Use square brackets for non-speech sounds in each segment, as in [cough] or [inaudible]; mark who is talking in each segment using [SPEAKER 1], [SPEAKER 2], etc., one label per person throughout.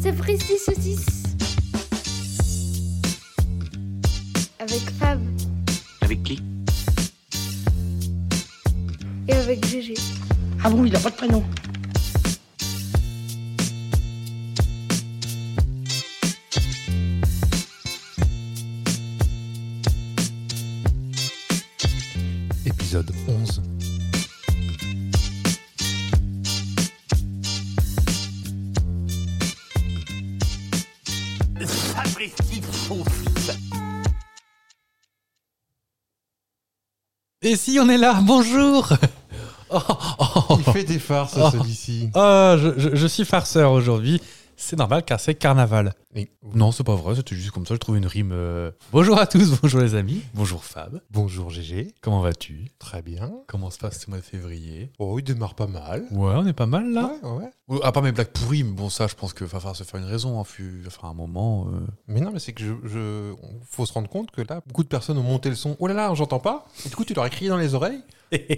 [SPEAKER 1] c'est Fristy Saucisse. Avec Fab
[SPEAKER 2] Avec qui
[SPEAKER 1] et avec Gégé.
[SPEAKER 3] Ah bon, il a pas de prénom.
[SPEAKER 4] Épisode 11.
[SPEAKER 2] Sapristi
[SPEAKER 4] Et si on est là, bonjour Oh, oh, [laughs]
[SPEAKER 5] Il fait des farces,
[SPEAKER 4] Oh.
[SPEAKER 5] celui-ci.
[SPEAKER 4] oh, je, je- je suis farceur aujourd'hui. C'est normal car c'est carnaval. Non, c'est pas vrai, c'était juste comme ça, je trouvais une rime. euh, Bonjour à tous, bonjour les amis, bonjour Fab.
[SPEAKER 5] Bonjour GG.
[SPEAKER 4] Comment vas-tu
[SPEAKER 5] Très bien.
[SPEAKER 4] Comment se passe ce mois de février
[SPEAKER 5] Oh, il démarre pas mal.
[SPEAKER 4] Ouais, on est pas mal là.
[SPEAKER 5] Ouais, ouais.
[SPEAKER 4] Ou, À part mes blagues pourries, mais bon, ça, je pense qu'il va falloir se faire une raison. hein, fu- Enfin, un moment. euh.
[SPEAKER 5] Mais non, mais c'est que je, je- faut se rendre compte que là, beaucoup de personnes ont monté le son. Oh là là, j'entends pas. Et du coup, tu leur as crié dans les
[SPEAKER 4] [laughs]
[SPEAKER 5] oreilles.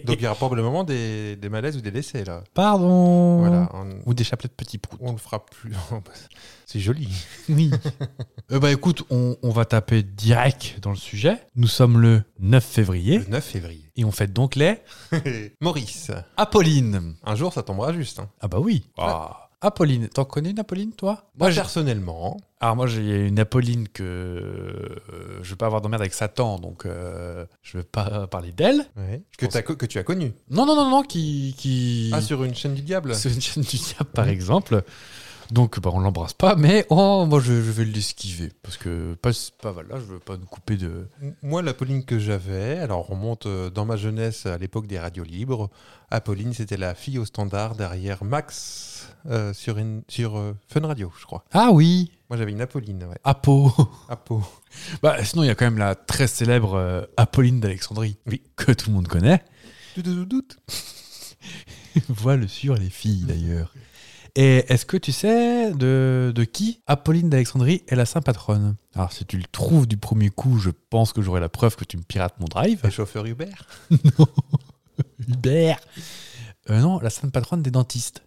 [SPEAKER 5] Donc, il y aura probablement des, des malaises ou des décès là.
[SPEAKER 4] Pardon
[SPEAKER 5] Voilà. On,
[SPEAKER 4] Mmh. Ou des chapelets de petits proutes.
[SPEAKER 5] on le fera plus. [laughs] Oh, bah, c'est joli.
[SPEAKER 4] [laughs] Oui. Euh, bah écoute, on, on va taper direct dans le sujet. Nous sommes le 9 février
[SPEAKER 5] Le 9 février.
[SPEAKER 4] et on fête donc les
[SPEAKER 5] [laughs] Maurice,
[SPEAKER 4] Apollines.
[SPEAKER 5] un jour, ça tombera juste. hein.
[SPEAKER 4] Ah bah oui. Ah. Apolline, t'en connais une Apolline toi Moi j'ai-
[SPEAKER 5] Personnellement,
[SPEAKER 4] Alors moi j'ai une Apolline que euh, je vais pas avoir d'emmerde avec Satan donc euh, je vais pas parler d'elle.
[SPEAKER 5] ouais, que,
[SPEAKER 4] pense-
[SPEAKER 5] t'as co- que tu as connu.
[SPEAKER 4] Non non non non qui qui
[SPEAKER 5] Ah, sur une chaîne du diable.
[SPEAKER 4] C'est une chaîne du diable, par exemple. Donc, bah, on l'embrasse pas, mais oh, moi, je, je vais l'esquiver. Parce que, pas, pas voilà, je veux pas nous couper de.
[SPEAKER 5] Moi, l'Apolline que j'avais, alors on remonte euh, dans ma jeunesse à l'époque des radios libres. Apolline, c'était la fille au standard derrière Max euh, sur, une, sur euh, Fun Radio, je crois.
[SPEAKER 4] Ah oui,
[SPEAKER 5] Moi, j'avais une Apolline, ouais.
[SPEAKER 4] Apo. [laughs]
[SPEAKER 5] Apo.
[SPEAKER 4] bah, sinon, il y a quand même la très célèbre euh, Apolline d'Alexandrie, que tout le monde connaît.
[SPEAKER 5] Doudoudoudoudoute.
[SPEAKER 4] Voile sur les filles, d'ailleurs. Et est-ce que tu sais de, de qui Apolline d'Alexandrie est la sainte patronne Alors, si tu le trouves du premier coup, je pense que j'aurai la preuve que tu me pirates mon drive.
[SPEAKER 5] Le chauffeur Uber.
[SPEAKER 4] Hubert Euh, Non, la sainte patronne des dentistes.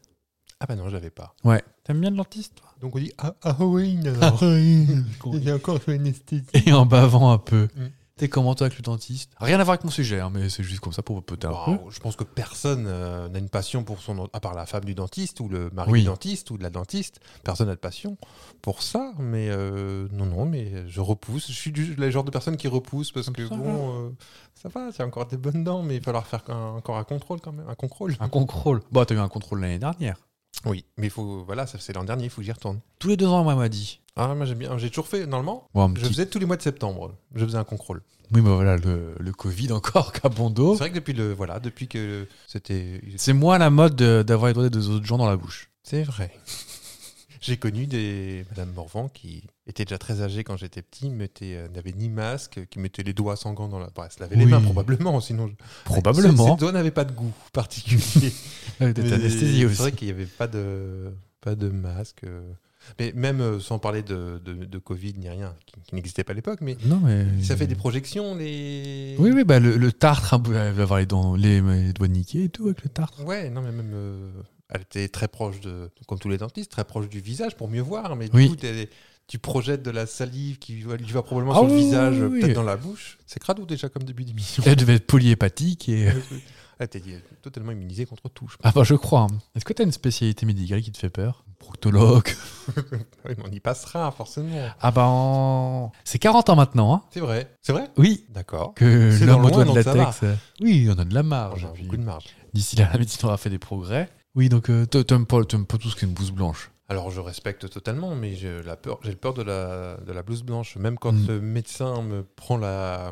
[SPEAKER 5] Ah, bah non, j'avais pas.
[SPEAKER 4] Ouais. T'aimes bien le dentiste, toi
[SPEAKER 5] Donc, on dit ah, Halloween alors. [laughs] Il y a encore une esthétique.
[SPEAKER 4] et en bavant un peu.
[SPEAKER 5] Mm.
[SPEAKER 4] T'es comment toi avec le dentiste Rien à voir avec mon sujet, hein, mais c'est juste comme ça pour peut-être un peu.
[SPEAKER 5] Wow, je pense que personne euh, n'a une passion pour son dent- à part la femme du dentiste ou le mari
[SPEAKER 4] Oui.
[SPEAKER 5] du dentiste ou de la dentiste. Personne n'a de passion pour ça. Mais euh, non, non, mais je repousse. Je suis du, le genre de personne qui repousse parce que
[SPEAKER 4] Ça
[SPEAKER 5] bon, euh, ça va, c'est encore des bonnes dents, mais il va falloir faire un- encore un contrôle quand même, un contrôle.
[SPEAKER 4] Un contrôle. Bah, t'as eu un contrôle l'année dernière.
[SPEAKER 5] Oui, mais il faut, voilà, ça c'est l'an dernier, il faut que j'y retourne.
[SPEAKER 4] Tous les deux ans, moi, m'a dit.
[SPEAKER 5] Ah, moi j'aime bien, j'ai toujours fait normalement.
[SPEAKER 4] Ouais, un
[SPEAKER 5] Je
[SPEAKER 4] petit-
[SPEAKER 5] faisais tous les mois de septembre, je faisais un contrôle.
[SPEAKER 4] Oui, mais voilà, le, le Covid encore, [laughs]
[SPEAKER 5] C'est
[SPEAKER 4] Cabondo.
[SPEAKER 5] vrai que depuis le, voilà, depuis que c'était,
[SPEAKER 4] C'est moi la mode de- d'avoir les doigts des autres gens dans la bouche.
[SPEAKER 5] C'est vrai. [laughs] J'ai connu des Madame Morvan qui était déjà très âgée quand j'étais petit, mettait, euh, n'avait ni masque, qui mettait les doigts sans gants dans la. Bah, elle se lavait les
[SPEAKER 4] Oui.
[SPEAKER 5] mains probablement, sinon. je- Ses,
[SPEAKER 4] [laughs] Probablement.
[SPEAKER 5] ses doigts n'avaient pas de goût [laughs]
[SPEAKER 4] [laughs]
[SPEAKER 5] particulier.
[SPEAKER 4] Avec des
[SPEAKER 5] Mais
[SPEAKER 4] anesthésies
[SPEAKER 5] C'est
[SPEAKER 4] aussi.
[SPEAKER 5] vrai qu'il n'y avait pas de, pas de masque. euh. Mais même euh, sans parler de, de- de Covid ni rien, qui, qui n'existait pas à l'époque, mais
[SPEAKER 4] Non, mais.
[SPEAKER 5] ça fait des projections, les.
[SPEAKER 4] Euh. Oui, oui, bah, le, le tartre, hein, elle va avoir les, dents, les, les doigts niqués et tout avec le tartre.
[SPEAKER 5] Ouais, non, mais même. euh, elle était très proche de. Comme tous les dentistes, très proche du visage pour mieux voir. Mais
[SPEAKER 4] Oui.
[SPEAKER 5] du coup, t'es- tu projettes de la salive qui va- lui va probablement
[SPEAKER 4] Ah
[SPEAKER 5] sur le
[SPEAKER 4] oui,
[SPEAKER 5] visage,
[SPEAKER 4] oui, oui.
[SPEAKER 5] peut-être dans la bouche. C'est crado déjà comme début d'émission.
[SPEAKER 4] Elle devait être polyhépathique et. [laughs]
[SPEAKER 5] Elle était totalement immunisée contre tout, je [laughs] pense.
[SPEAKER 4] Ah, bah, je crois. hein. Est-ce que t'as une spécialité médicale qui te fait peur Proctologue.
[SPEAKER 5] Oui, mais on y passera, forcément.
[SPEAKER 4] Ah bah en- c'est 40 ans maintenant, hein
[SPEAKER 5] C'est vrai. C'est vrai
[SPEAKER 4] Oui,
[SPEAKER 5] D'accord.
[SPEAKER 4] que
[SPEAKER 5] C'est
[SPEAKER 4] l'homme
[SPEAKER 5] dans
[SPEAKER 4] au
[SPEAKER 5] le
[SPEAKER 4] doigt
[SPEAKER 5] loin,
[SPEAKER 4] de
[SPEAKER 5] donc ça
[SPEAKER 4] latex. euh, Oui, on a de la marge.
[SPEAKER 5] J'ai
[SPEAKER 4] puis
[SPEAKER 5] beaucoup de marge.
[SPEAKER 4] D'ici là, la [laughs] médecine aura fait des progrès. Oui, donc euh, t'a- t'aimes pas, t'aimes pas tout ce qui est une bouse blanche.
[SPEAKER 5] Alors, je respecte totalement, mais j'ai la peur, j'ai peur de la, de la blouse blanche. Même quand
[SPEAKER 4] Mm.
[SPEAKER 5] le médecin me prend la.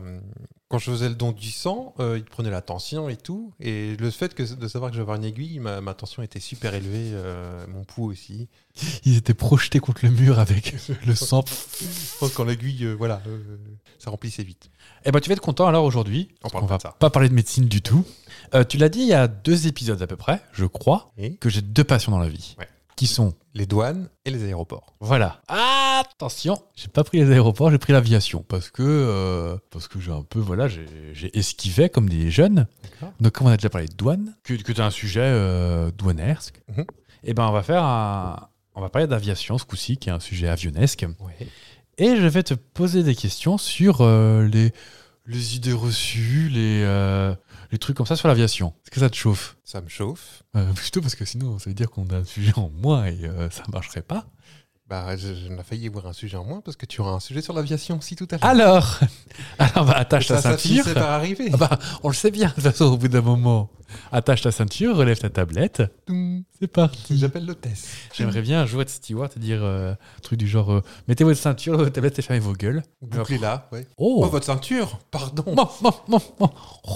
[SPEAKER 5] Quand je faisais le don du sang, euh, il prenait la tension et tout. Et le fait que, de savoir que j'avais une aiguille, ma, ma tension était super élevée, euh, mon pouls aussi.
[SPEAKER 4] Ils étaient projetés contre le mur
[SPEAKER 5] [laughs]
[SPEAKER 4] avec le sang.
[SPEAKER 5] Je pense qu'en l'aiguille, euh, voilà, euh, ça remplissait vite.
[SPEAKER 4] Eh ben tu vas être content alors aujourd'hui.
[SPEAKER 5] On
[SPEAKER 4] On
[SPEAKER 5] parle pas
[SPEAKER 4] va
[SPEAKER 5] de ça.
[SPEAKER 4] pas parler de médecine du tout. Euh, tu l'as dit il y a deux épisodes à peu près, je crois,
[SPEAKER 5] Et
[SPEAKER 4] que j'ai deux passions dans la vie.
[SPEAKER 5] Ouais.
[SPEAKER 4] Qui sont,
[SPEAKER 5] les douanes et les aéroports.
[SPEAKER 4] voilà. Attention, j'ai pas pris les aéroports, j'ai pris l'aviation. Parce que, euh, parce que j'ai un peu, voilà, j'ai j'ai esquivé comme des jeunes. Donc, comme on a déjà parlé de douane, que, tu as un sujet euh, douanesque,
[SPEAKER 5] Mhm.
[SPEAKER 4] eh ben, on va faire un, On va parler d'aviation ce coup-ci, qui est un sujet avionesque.
[SPEAKER 5] Ouais.
[SPEAKER 4] Et je vais te poser des questions sur euh, les, les idées reçues, les, euh, les trucs comme ça sur l'aviation. Est-ce que ça te chauffe
[SPEAKER 5] Ça me chauffe.
[SPEAKER 4] Euh, [laughs] Plutôt parce que sinon, ça veut dire qu'on a un sujet en moins et euh, ça marcherait pas.
[SPEAKER 5] Bah, je, je- on a failli y avoir un sujet en moins parce que tu auras un sujet sur l'aviation aussi tout à l'heure.
[SPEAKER 4] Alors, [laughs] alors bah, attache ta
[SPEAKER 5] ça, ça
[SPEAKER 4] ceinture.
[SPEAKER 5] finissait par arriver.
[SPEAKER 4] Ah [laughs] bah, on le sait bien, de toute façon, au bout d'un moment. Attache ta ceinture, relève ta tablette.
[SPEAKER 5] Toum.
[SPEAKER 4] C'est parti.
[SPEAKER 5] J'appelle l'hôtesse.
[SPEAKER 4] J'aimerais bien jouer à Stewart et dire euh, un truc du genre euh, mettez votre ceinture, votre tablette et fermez vos gueules.
[SPEAKER 5] Bouclez-la. Ouais.
[SPEAKER 4] Oh,
[SPEAKER 5] Oh, votre ceinture Pardon.
[SPEAKER 4] Bon, bon, bon, bon. Oh.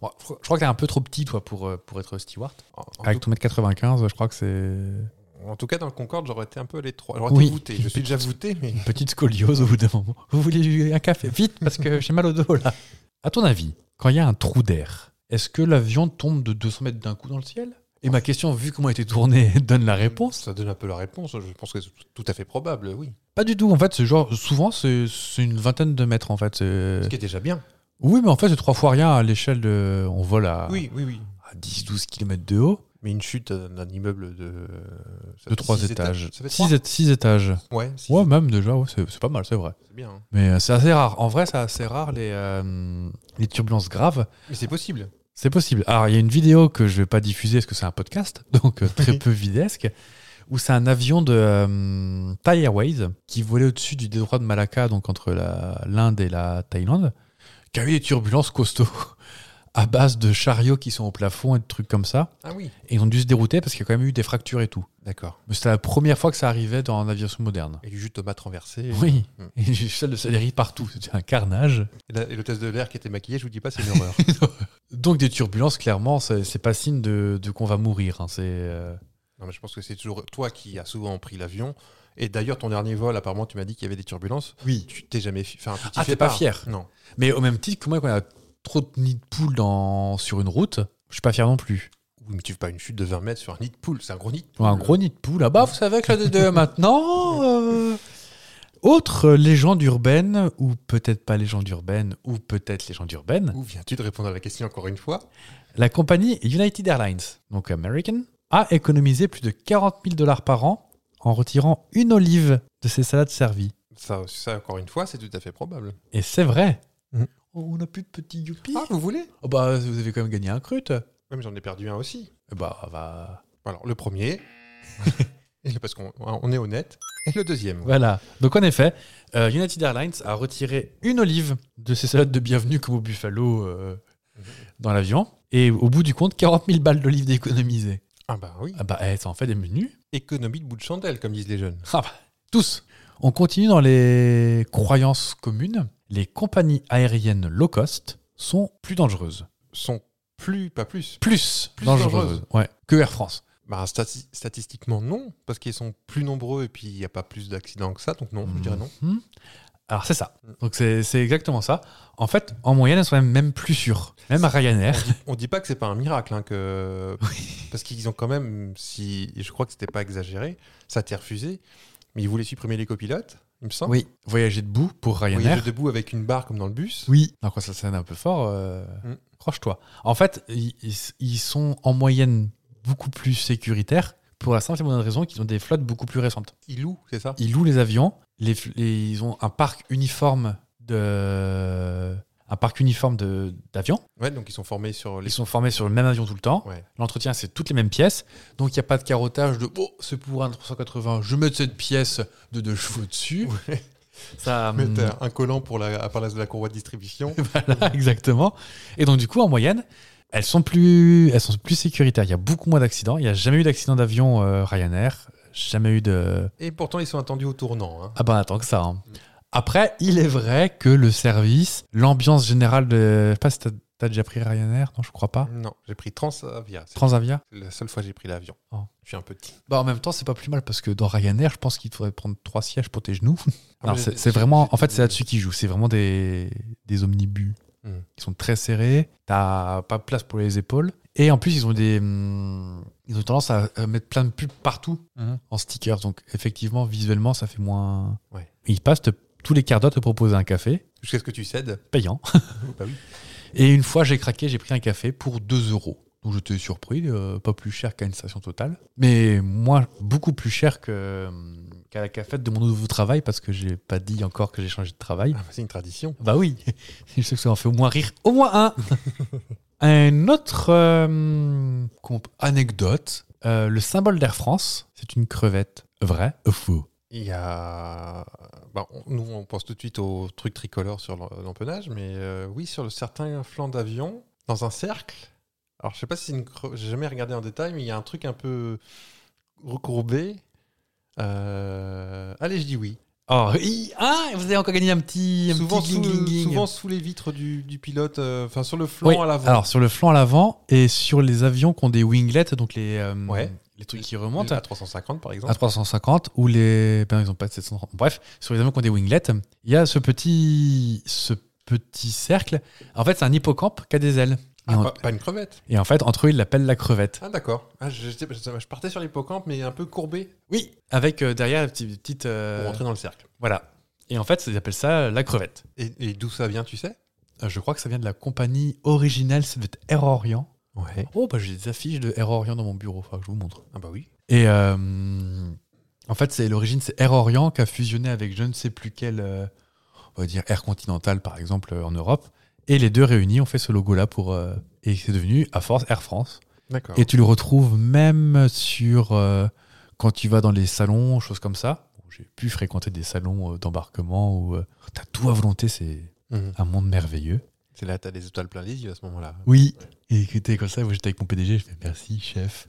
[SPEAKER 4] Bon, je crois que t'es un peu trop petit, toi, pour, euh, pour être Stewart.
[SPEAKER 5] En, en
[SPEAKER 4] Avec ton mètre 95, je crois que c'est une
[SPEAKER 5] tout, en tout cas, dans le Concorde, j'aurais été un peu les trois. J'aurais
[SPEAKER 4] Oui.
[SPEAKER 5] été voûté. Je suis déjà voûté, mais
[SPEAKER 4] petite scoliose au bout d'un moment. Vous voulez un café Vite, parce que j'ai mal au dos, là. À ton avis, quand il y a un trou d'air, est-ce que l'avion tombe de 200 mètres d'un coup dans le ciel Et ma question, vu comment elle était tournée, [laughs] donne la réponse.
[SPEAKER 5] ça donne un peu la réponse. Je pense que c'est tout à fait probable, oui.
[SPEAKER 4] Pas du tout, en fait, c'est genre, souvent, c'est c'est une vingtaine de mètres, en fait. c'est-
[SPEAKER 5] Ce qui est déjà bien.
[SPEAKER 4] Oui, mais en fait, c'est trois fois rien à l'échelle de. On vole à,
[SPEAKER 5] Oui, oui, oui.
[SPEAKER 4] à 10-12 km de haut,
[SPEAKER 5] Mais une chute d'un d'un immeuble de. ça
[SPEAKER 4] de
[SPEAKER 5] fait
[SPEAKER 4] trois
[SPEAKER 5] six
[SPEAKER 4] étages.
[SPEAKER 5] Ça fait
[SPEAKER 4] Six
[SPEAKER 5] trois
[SPEAKER 4] é- six étages.
[SPEAKER 5] Ouais, six
[SPEAKER 4] Ouais,
[SPEAKER 5] étages,
[SPEAKER 4] même déjà, ouais, c'est c'est pas mal, c'est vrai.
[SPEAKER 5] c'est bien. hein.
[SPEAKER 4] Mais euh, c'est assez rare. En vrai, c'est assez rare les, euh, les turbulences graves.
[SPEAKER 5] Mais c'est possible.
[SPEAKER 4] C'est possible. Alors, il y a une vidéo que je vais pas diffuser parce que c'est un podcast, [laughs] donc euh, très peu videsque, où c'est un avion de euh, Thai Airways qui volait au-dessus du détroit de Malacca, donc entre la- l'Inde et la Thaïlande, qui a eu des turbulences costauds [laughs] à base de chariots qui sont au plafond et de trucs comme ça.
[SPEAKER 5] Ah oui.
[SPEAKER 4] Et ils ont dû se dérouter parce qu'il y a quand même eu des fractures et tout.
[SPEAKER 5] D'accord.
[SPEAKER 4] Mais c'était la première fois que ça arrivait dans l'aviation moderne.
[SPEAKER 5] Et du jus de tomate renversé.
[SPEAKER 4] Oui,
[SPEAKER 5] Mm.
[SPEAKER 4] [laughs] et du sel de céleri partout. C'était un carnage.
[SPEAKER 5] Et la- et l'hôtesse de l'air qui était maquillée, je vous dis pas, c'est une
[SPEAKER 4] [laughs]
[SPEAKER 5] horreur.
[SPEAKER 4] Donc des turbulences, clairement, c'est c'est pas signe de, de qu'on va mourir. hein. C'est euh,
[SPEAKER 5] Non, mais je pense que c'est toujours toi qui as souvent pris l'avion. Et d'ailleurs, ton dernier vol, apparemment, tu m'as dit qu'il y avait des turbulences.
[SPEAKER 4] oui.
[SPEAKER 5] Tu t'es jamais. fi- Enfin, tu t'y
[SPEAKER 4] Ah,
[SPEAKER 5] fais
[SPEAKER 4] t'es pas fier.
[SPEAKER 5] Non.
[SPEAKER 4] Mais au même titre que moi, quand il y a trop de nids de poules dans sur une route, je suis pas fier non plus.
[SPEAKER 5] Oui, mais tu fais pas une chute de 20 mètres sur un nid de poule. C'est un gros nid de
[SPEAKER 4] Ou
[SPEAKER 5] poule.
[SPEAKER 4] Un gros nid de poules, là-bas, vous savez que la DDE maintenant. euh, Autre euh, légende urbaine, ou peut-être pas légende urbaine, ou peut-être légende urbaine,
[SPEAKER 5] Où viens-tu de répondre à la question encore une fois
[SPEAKER 4] la compagnie United Airlines, donc American, a économisé plus de 40 000 dollars par an en retirant une olive de ses salades servies.
[SPEAKER 5] ça, ça, encore une fois, c'est tout à fait probable.
[SPEAKER 4] Et c'est vrai.
[SPEAKER 5] Mm.
[SPEAKER 4] Oh, on n'a plus de petits youpi.
[SPEAKER 5] Ah, vous voulez
[SPEAKER 4] Oh bah, vous avez quand même gagné un crut.
[SPEAKER 5] Oui, mais j'en ai perdu un aussi.
[SPEAKER 4] Eh Bah, va.
[SPEAKER 5] Alors, le premier. Et le- parce qu'on on est honnête. Et le deuxième.
[SPEAKER 4] Voilà. Donc, en effet, euh, United Airlines a retiré une olive de ses salades de bienvenue comme au Buffalo euh, dans l'avion. Et au bout du compte, 40 000 balles d'olive d'économiser.
[SPEAKER 5] Ah, bah oui.
[SPEAKER 4] Ah bah, eh, ça en fait des menus.
[SPEAKER 5] Économie de bout de chandelle, comme disent les jeunes.
[SPEAKER 4] Ah bah, tous. On continue dans les croyances communes. Les compagnies aériennes low cost sont plus dangereuses.
[SPEAKER 5] Sont plus, pas plus.
[SPEAKER 4] Plus,
[SPEAKER 5] Plus
[SPEAKER 4] dangereuses.
[SPEAKER 5] dangereuses.
[SPEAKER 4] Ouais, que Air France.
[SPEAKER 5] Bah, stati- statistiquement, non. Parce qu'ils sont plus nombreux et puis il n'y a pas plus d'accidents que ça. Donc, non, je dirais non.
[SPEAKER 4] Mhm. Alors, c'est ça. Donc, c'est c'est exactement ça. En fait, en moyenne, elles sont même, même plus sûres. Même à Ryanair.
[SPEAKER 5] On dit pas que c'est pas un miracle, hein,
[SPEAKER 4] [laughs]
[SPEAKER 5] que... parce qu'ils ont quand même, si je crois que c'était pas exagéré, ça t'est refusé, mais ils voulaient supprimer les copilotes, il me semble.
[SPEAKER 4] Oui. Voyager debout pour
[SPEAKER 5] Voyager
[SPEAKER 4] Ryanair.
[SPEAKER 5] debout avec une barre comme dans le bus.
[SPEAKER 4] Oui. Non, quand ça sonne un peu fort, euh,
[SPEAKER 5] Mm.
[SPEAKER 4] croche-toi. En fait, ils, ils- ils sont en moyenne beaucoup plus sécuritaires pour la simple et bonne raison qu'ils ont des flottes beaucoup plus récentes.
[SPEAKER 5] Ils louent, c'est ça
[SPEAKER 4] Ils louent les avions, les, fl- les- ils ont un parc uniforme de un parc uniforme de- d'avions.
[SPEAKER 5] Ouais, donc ils sont formés sur les.
[SPEAKER 4] Ils sont formés sur le même avion tout le temps.
[SPEAKER 5] Ouais.
[SPEAKER 4] L'entretien, c'est toutes les mêmes pièces. Donc, il n'y a pas de carottage de « Oh, c'est pour un 380, je mets cette pièce de deux chevaux dessus. [laughs] Ça,
[SPEAKER 5] Mettre
[SPEAKER 4] hum,
[SPEAKER 5] euh, un collant pour la, à part la- la courroie de distribution.
[SPEAKER 4] [laughs] Voilà, exactement. Et donc, du coup, en moyenne, elles sont plus, elles sont plus sécuritaires. Il y a beaucoup moins d'accidents. Il n'y a jamais eu d'accident d'avion euh, Ryanair. Jamais eu de.
[SPEAKER 5] Et pourtant, ils sont attendus au tournant. hein.
[SPEAKER 4] Ah ben, attends que ça. hein. Après, il est vrai que le service, l'ambiance générale de. Je sais pas si t'as t'as déjà pris Ryanair. Non, je crois pas.
[SPEAKER 5] Non, j'ai pris Transavia. C'est
[SPEAKER 4] Transavia.
[SPEAKER 5] la seule fois que j'ai pris l'avion.
[SPEAKER 4] Oh.
[SPEAKER 5] Je suis un petit.
[SPEAKER 4] Bah, en même temps, c'est pas plus mal parce que dans Ryanair, je pense qu'il faudrait prendre trois sièges pour tes genoux.
[SPEAKER 5] Ah,
[SPEAKER 4] [laughs] Non,
[SPEAKER 5] mais
[SPEAKER 4] c'est
[SPEAKER 5] j'ai-
[SPEAKER 4] c'est vraiment.
[SPEAKER 5] j'ai-
[SPEAKER 4] En fait, c'est là-dessus qu'ils jouent. C'est vraiment des, des omnibus.
[SPEAKER 5] Hmm.
[SPEAKER 4] Ils sont très serrés. T'as pas de place pour les épaules. Et en plus, ils ont des. hum, Ils ont tendance à à mettre plein de pubs partout
[SPEAKER 5] Mhm.
[SPEAKER 4] en stickers. Donc, effectivement, visuellement, ça fait moins.
[SPEAKER 5] Ouais.
[SPEAKER 4] Ils passent te- tous les quarts d'heure te proposer un café
[SPEAKER 5] Jusqu'à ce que tu cèdes.
[SPEAKER 4] payant.
[SPEAKER 5] bah oui.
[SPEAKER 4] Et une fois, j'ai craqué, j'ai pris un café pour 2 euros. Donc j'étais surpris, euh, pas plus cher qu'à une station totale. Mais moi, beaucoup plus cher que, qu'à la cafette de mon nouveau travail parce que j'ai pas dit encore que j'ai changé de travail.
[SPEAKER 5] Ah, bah, c'est une tradition.
[SPEAKER 4] Bah oui, [laughs] je sais que ça en fait au moins rire, au moins [laughs] un. un autre euh, comp- anecdote, euh, le symbole d'Air France, c'est une crevette. Vrai ou faux
[SPEAKER 5] Il y a. bah, on- nous, on pense tout de suite au truc tricolore sur l'em- l'empennage, mais euh, oui, sur le, certains flancs d'avion, dans un cercle. Alors, je sais pas si c'est une creux- J'ai jamais regardé en détail, mais il y a un truc un peu recourbé. Euh, Allez, je dis oui.
[SPEAKER 4] Oh, hi- ah, vous avez encore gagné un petit, un
[SPEAKER 5] Souvent,
[SPEAKER 4] petit
[SPEAKER 5] sous,
[SPEAKER 4] gling, gling, gling.
[SPEAKER 5] souvent sous les vitres du, du pilote, euh, enfin sur le flanc
[SPEAKER 4] Oui,
[SPEAKER 5] à l'avant.
[SPEAKER 4] Alors sur le flanc à l'avant et sur les avions qui ont des winglets, donc les, euh,
[SPEAKER 5] Ouais.
[SPEAKER 4] les trucs qui remontent
[SPEAKER 5] à 350 par exemple.
[SPEAKER 4] à 350 ou les ben ils ont pas de 730 bref sur les avions qui ont des winglets il y a ce petit ce petit cercle en fait c'est un hippocampe qui a des ailes et,
[SPEAKER 5] Ah,
[SPEAKER 4] en,
[SPEAKER 5] pas, pas une crevette.
[SPEAKER 4] et en fait entre eux ils l'appellent la crevette
[SPEAKER 5] Ah d'accord. Ah, je, je- je- je partais sur l'hippocampe, mais un peu courbé
[SPEAKER 4] oui avec euh, derrière la petite, petite,
[SPEAKER 5] pour
[SPEAKER 4] euh,
[SPEAKER 5] rentrer dans le cercle.
[SPEAKER 4] voilà et en fait ils appellent ça euh, la crevette
[SPEAKER 5] Et, et d'où ça vient, tu sais
[SPEAKER 4] Euh, je crois que ça vient de la compagnie originale ça doit être Air Orient
[SPEAKER 5] Ouais.
[SPEAKER 4] oh bah j'ai des affiches de Air Orient dans mon bureau enfin je vous montre
[SPEAKER 5] Ah bah oui.
[SPEAKER 4] Et euh, en fait, c'est l'origine, c'est Air Orient qui a fusionné avec je ne sais plus quel, euh, on va dire Air Continental par exemple euh, en Europe. Et les deux réunis ont fait ce logo-là pour. euh, et c'est devenu, à force, Air France.
[SPEAKER 5] D'accord.
[SPEAKER 4] Et tu le retrouves même sur. euh, quand tu vas dans les salons, choses comme ça. Bon, J'ai pu fréquenter des salons euh, d'embarquement où euh, t'as tout à volonté, c'est
[SPEAKER 5] Mhm.
[SPEAKER 4] un monde merveilleux.
[SPEAKER 5] C'est là, t'as des étoiles plein les yeux à ce moment-là.
[SPEAKER 4] Oui, et écoutez, comme ça, moi, j'étais avec mon PDG, je fais merci, chef.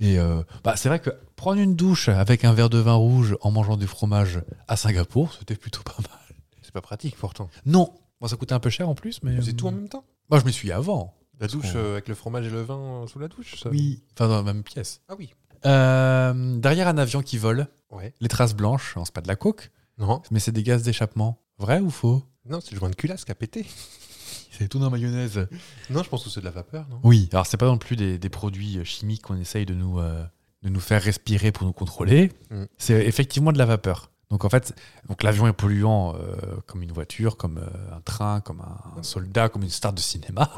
[SPEAKER 4] Et euh, bah, c'est vrai que prendre une douche avec un verre de vin rouge en mangeant du fromage à Singapour, c'était plutôt pas mal.
[SPEAKER 5] C'est pas pratique pourtant.
[SPEAKER 4] Non, bon, ça coûtait un peu cher en plus, mais.
[SPEAKER 5] C'est
[SPEAKER 4] euh,
[SPEAKER 5] tout en même temps.
[SPEAKER 4] Moi, je me suis avant.
[SPEAKER 5] La douche
[SPEAKER 4] qu'on-
[SPEAKER 5] euh, avec le fromage et le vin euh, sous la douche. ça.
[SPEAKER 4] Oui. Enfin, dans la même pièce.
[SPEAKER 5] Ah oui.
[SPEAKER 4] Euh, derrière un avion qui vole,
[SPEAKER 5] Ouais.
[SPEAKER 4] les traces blanches, alors, c'est pas de la coke,
[SPEAKER 5] Non.
[SPEAKER 4] mais c'est des gaz d'échappement. Vrai ou faux
[SPEAKER 5] Non, c'est le joint de culasse qui a pété.
[SPEAKER 4] C'est tout dans la mayonnaise.
[SPEAKER 5] Non, je pense que c'est de la vapeur, non
[SPEAKER 4] Oui, alors c'est pas non plus des, des produits euh, chimiques qu'on essaye de nous, euh, de nous faire respirer pour nous contrôler.
[SPEAKER 5] Mm.
[SPEAKER 4] C'est effectivement de la vapeur. Donc en fait, donc l'avion est polluant euh, comme une voiture, comme euh, un train, comme un, un soldat, comme une star de cinéma.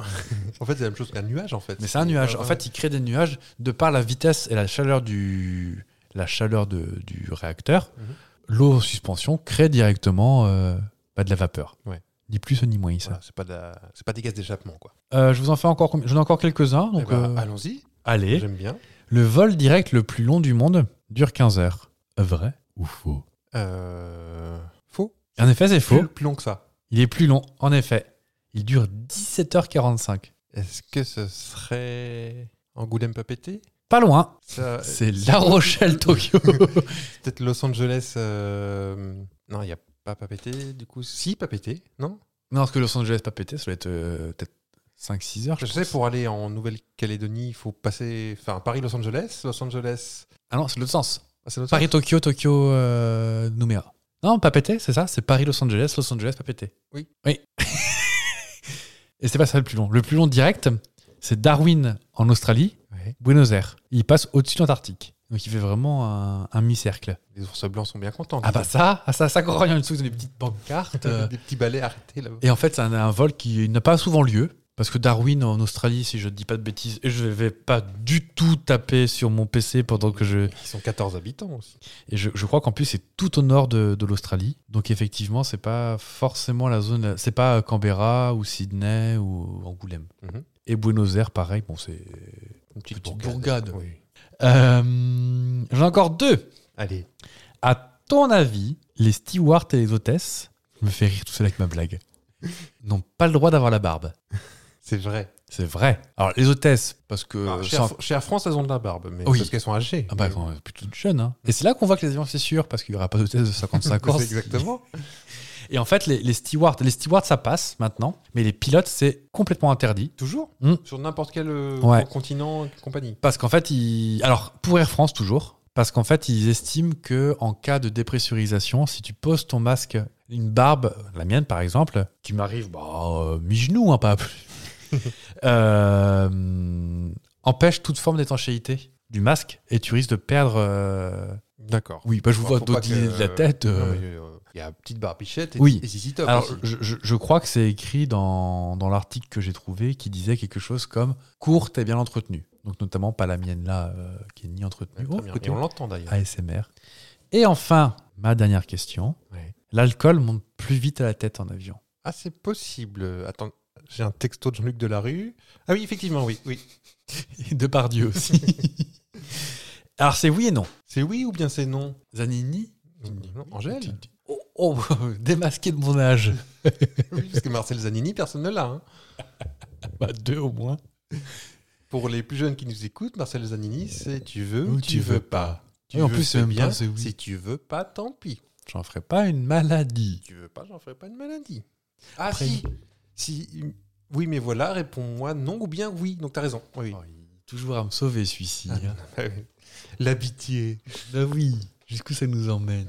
[SPEAKER 5] En fait, c'est la même chose qu'un nuage en fait.
[SPEAKER 4] Mais c'est un nuage.
[SPEAKER 5] Ah,
[SPEAKER 4] En
[SPEAKER 5] ouais.
[SPEAKER 4] fait, il crée des nuages de par la vitesse et la chaleur du, la chaleur de- du réacteur.
[SPEAKER 5] Mhm.
[SPEAKER 4] L'eau en suspension crée directement euh, bah, de la vapeur.
[SPEAKER 5] Ouais.
[SPEAKER 4] Ni plus ni moins. Ça.
[SPEAKER 5] Voilà, c'est pas de la- c'est pas des gaz d'échappement quoi.
[SPEAKER 4] Euh, je vous en fais encore, combien j'en ai encore quelques-uns.
[SPEAKER 5] Eh
[SPEAKER 4] Donc
[SPEAKER 5] ben,
[SPEAKER 4] euh,
[SPEAKER 5] allons-y.
[SPEAKER 4] allez.
[SPEAKER 5] J'aime bien.
[SPEAKER 4] Le vol direct le plus long du monde dure 15 heures. Vrai ou faux
[SPEAKER 5] Euh, Faux.
[SPEAKER 4] En effet, c'est faux.
[SPEAKER 5] Plus long que ça.
[SPEAKER 4] Il est plus long, en effet. Il dure 17h45.
[SPEAKER 5] Est-ce que ce serait Angoulême pas pété
[SPEAKER 4] Pas loin,
[SPEAKER 5] Ça,
[SPEAKER 4] c'est La
[SPEAKER 5] [laughs]
[SPEAKER 4] Rochelle, Tokyo.
[SPEAKER 5] c'est peut-être Los Angeles. euh, Non, il n'y a pas pas pété. Du coup, si pas pété, non
[SPEAKER 4] non, parce que Los Angeles pas pété, ça doit être euh, peut-être 5-6 heures.
[SPEAKER 5] Je sais pour aller en Nouvelle-Calédonie, il faut passer, enfin Paris, Los Angeles, Los Angeles.
[SPEAKER 4] Ah non, c'est l'autre sens.
[SPEAKER 5] Ah, c'est l'autre
[SPEAKER 4] Paris, Tokyo, Tokyo, euh, Nouméa. Non, pas pété, c'est ça C'est Paris, Los Angeles, Los Angeles, pas pété.
[SPEAKER 5] Oui.
[SPEAKER 4] Oui. [laughs] Et c'est pas ça le plus long. Le plus long direct, c'est Darwin en Australie.
[SPEAKER 5] sens Ouais.
[SPEAKER 4] Buenos Aires. Il passe au-dessus de l'Antarctique. Donc il fait vraiment un, un mi-cercle.
[SPEAKER 5] Les ours blancs sont bien contents.
[SPEAKER 4] Ah bah ça, ah ça, ça quand on regarde en dessous, ils ont des petites
[SPEAKER 5] [laughs]
[SPEAKER 4] pancartes. euh.
[SPEAKER 5] des petits balais arrêtés là.
[SPEAKER 4] et en fait, c'est un, un vol qui n'a pas souvent lieu. Parce que Darwin en Australie, si je ne dis pas de bêtises, et je ne vais pas du tout taper sur mon PC pendant que je.
[SPEAKER 5] Ils sont 14 habitants aussi.
[SPEAKER 4] Et je, je crois qu'en plus, c'est tout au nord de, de l'Australie. Donc effectivement, c'est pas forcément la zone. C'est pas Canberra ou Sydney ou Angoulême.
[SPEAKER 5] Mhm.
[SPEAKER 4] Et Buenos Aires, pareil. Bon, c'est.
[SPEAKER 5] Une petite,
[SPEAKER 4] Petite bourgade.
[SPEAKER 5] Oui.
[SPEAKER 4] Euh, J'en ai encore deux.
[SPEAKER 5] Allez,
[SPEAKER 4] À ton avis, les stewards et les hôtesses, je me fais rire tout seul avec ma blague, [laughs] n'ont pas le droit d'avoir la barbe.
[SPEAKER 5] c'est vrai.
[SPEAKER 4] C'est vrai. Alors, les hôtesses, parce que.
[SPEAKER 5] Alors, chez,
[SPEAKER 4] sans-
[SPEAKER 5] Air, chez Air France, elles ont de la barbe, mais
[SPEAKER 4] Oui.
[SPEAKER 5] parce qu'elles sont âgées.
[SPEAKER 4] Ah bah,
[SPEAKER 5] Mais-
[SPEAKER 4] quand- plutôt jeunes. Hein. Et c'est là qu'on voit que les avions, c'est sûr, parce qu'il n'y aura pas d'hôtesse
[SPEAKER 5] [laughs]
[SPEAKER 4] de 55 ans.
[SPEAKER 5] C'est exactement.
[SPEAKER 4] Et en fait, les, les stewards, les stewards, ça passe maintenant, mais les pilotes, c'est complètement interdit.
[SPEAKER 5] Toujours
[SPEAKER 4] Hmm.
[SPEAKER 5] Sur n'importe quel euh,
[SPEAKER 4] Ouais.
[SPEAKER 5] continent, compagnie.
[SPEAKER 4] Parce qu'en fait, ils. Alors, pour Air France, toujours. Parce qu'en fait, ils estiment que en cas de dépressurisation, si tu poses ton masque, une barbe, la mienne par exemple, qui m'arrive, bah, euh, mi-genou, hein,
[SPEAKER 5] [laughs]
[SPEAKER 4] pas plus, euh, empêche toute forme d'étanchéité du masque et tu risques de perdre. euh,
[SPEAKER 5] D'accord.
[SPEAKER 4] Oui, bah, je vous
[SPEAKER 5] Bon,
[SPEAKER 4] vois
[SPEAKER 5] faut pas
[SPEAKER 4] dotiner
[SPEAKER 5] que-
[SPEAKER 4] de la tête.
[SPEAKER 5] Non,
[SPEAKER 4] euh,
[SPEAKER 5] mais, euh, il y a Petite Barbichette et,
[SPEAKER 4] Oui.
[SPEAKER 5] et Zizi Top.
[SPEAKER 4] Alors,
[SPEAKER 5] aussi.
[SPEAKER 4] je, je- je crois que c'est écrit dans, dans l'article que j'ai trouvé qui disait quelque chose comme courte et bien entretenue. Donc, notamment pas la mienne là, euh, qui est ni
[SPEAKER 5] Ouais,
[SPEAKER 4] entretenue.
[SPEAKER 5] très
[SPEAKER 4] Oh,
[SPEAKER 5] bien.
[SPEAKER 4] écoutez,
[SPEAKER 5] Et on l'entend d'ailleurs.
[SPEAKER 4] ASMR. Et enfin, ma dernière question.
[SPEAKER 5] Ouais.
[SPEAKER 4] L'alcool monte plus vite à la tête en avion. [laughs]
[SPEAKER 5] Ah, c'est possible. Attends, j'ai un texto de Jean-Luc Delarue. Ah oui, effectivement, oui. oui.
[SPEAKER 4] Et de par Dieu
[SPEAKER 5] [laughs]
[SPEAKER 4] aussi. Alors, c'est oui et non.
[SPEAKER 5] C'est oui ou bien c'est non
[SPEAKER 4] Zanini
[SPEAKER 5] Non, Angèle
[SPEAKER 4] Oh, oh, [laughs] démasqué de mon âge.
[SPEAKER 5] [laughs] Oui, Parce que Marcel Zanini, personne ne l'a. hein.
[SPEAKER 4] Bah, deux au moins.
[SPEAKER 5] Pour les plus jeunes qui nous écoutent, Marcel Zanini, c'est tu veux
[SPEAKER 4] Euh, Ou
[SPEAKER 5] ou
[SPEAKER 4] tu
[SPEAKER 5] tu veux
[SPEAKER 4] veux
[SPEAKER 5] pas. Tu
[SPEAKER 4] Oui, en
[SPEAKER 5] veux,
[SPEAKER 4] plus,
[SPEAKER 5] c'est
[SPEAKER 4] même
[SPEAKER 5] bien.
[SPEAKER 4] pas, c'est oui.
[SPEAKER 5] Si tu veux pas, tant pis.
[SPEAKER 4] J'en ferai pas une maladie.
[SPEAKER 5] Tu veux pas, j'en ferai pas une maladie. Ah
[SPEAKER 4] Après-
[SPEAKER 5] si Si. Oui, mais voilà, réponds-moi non ou bien oui. Donc t'as raison. Oui. Ah
[SPEAKER 4] Oh, il est toujours à me sauver celui-ci. hein.
[SPEAKER 5] L'habitier.
[SPEAKER 4] Bah oui, jusqu'où ça nous emmène.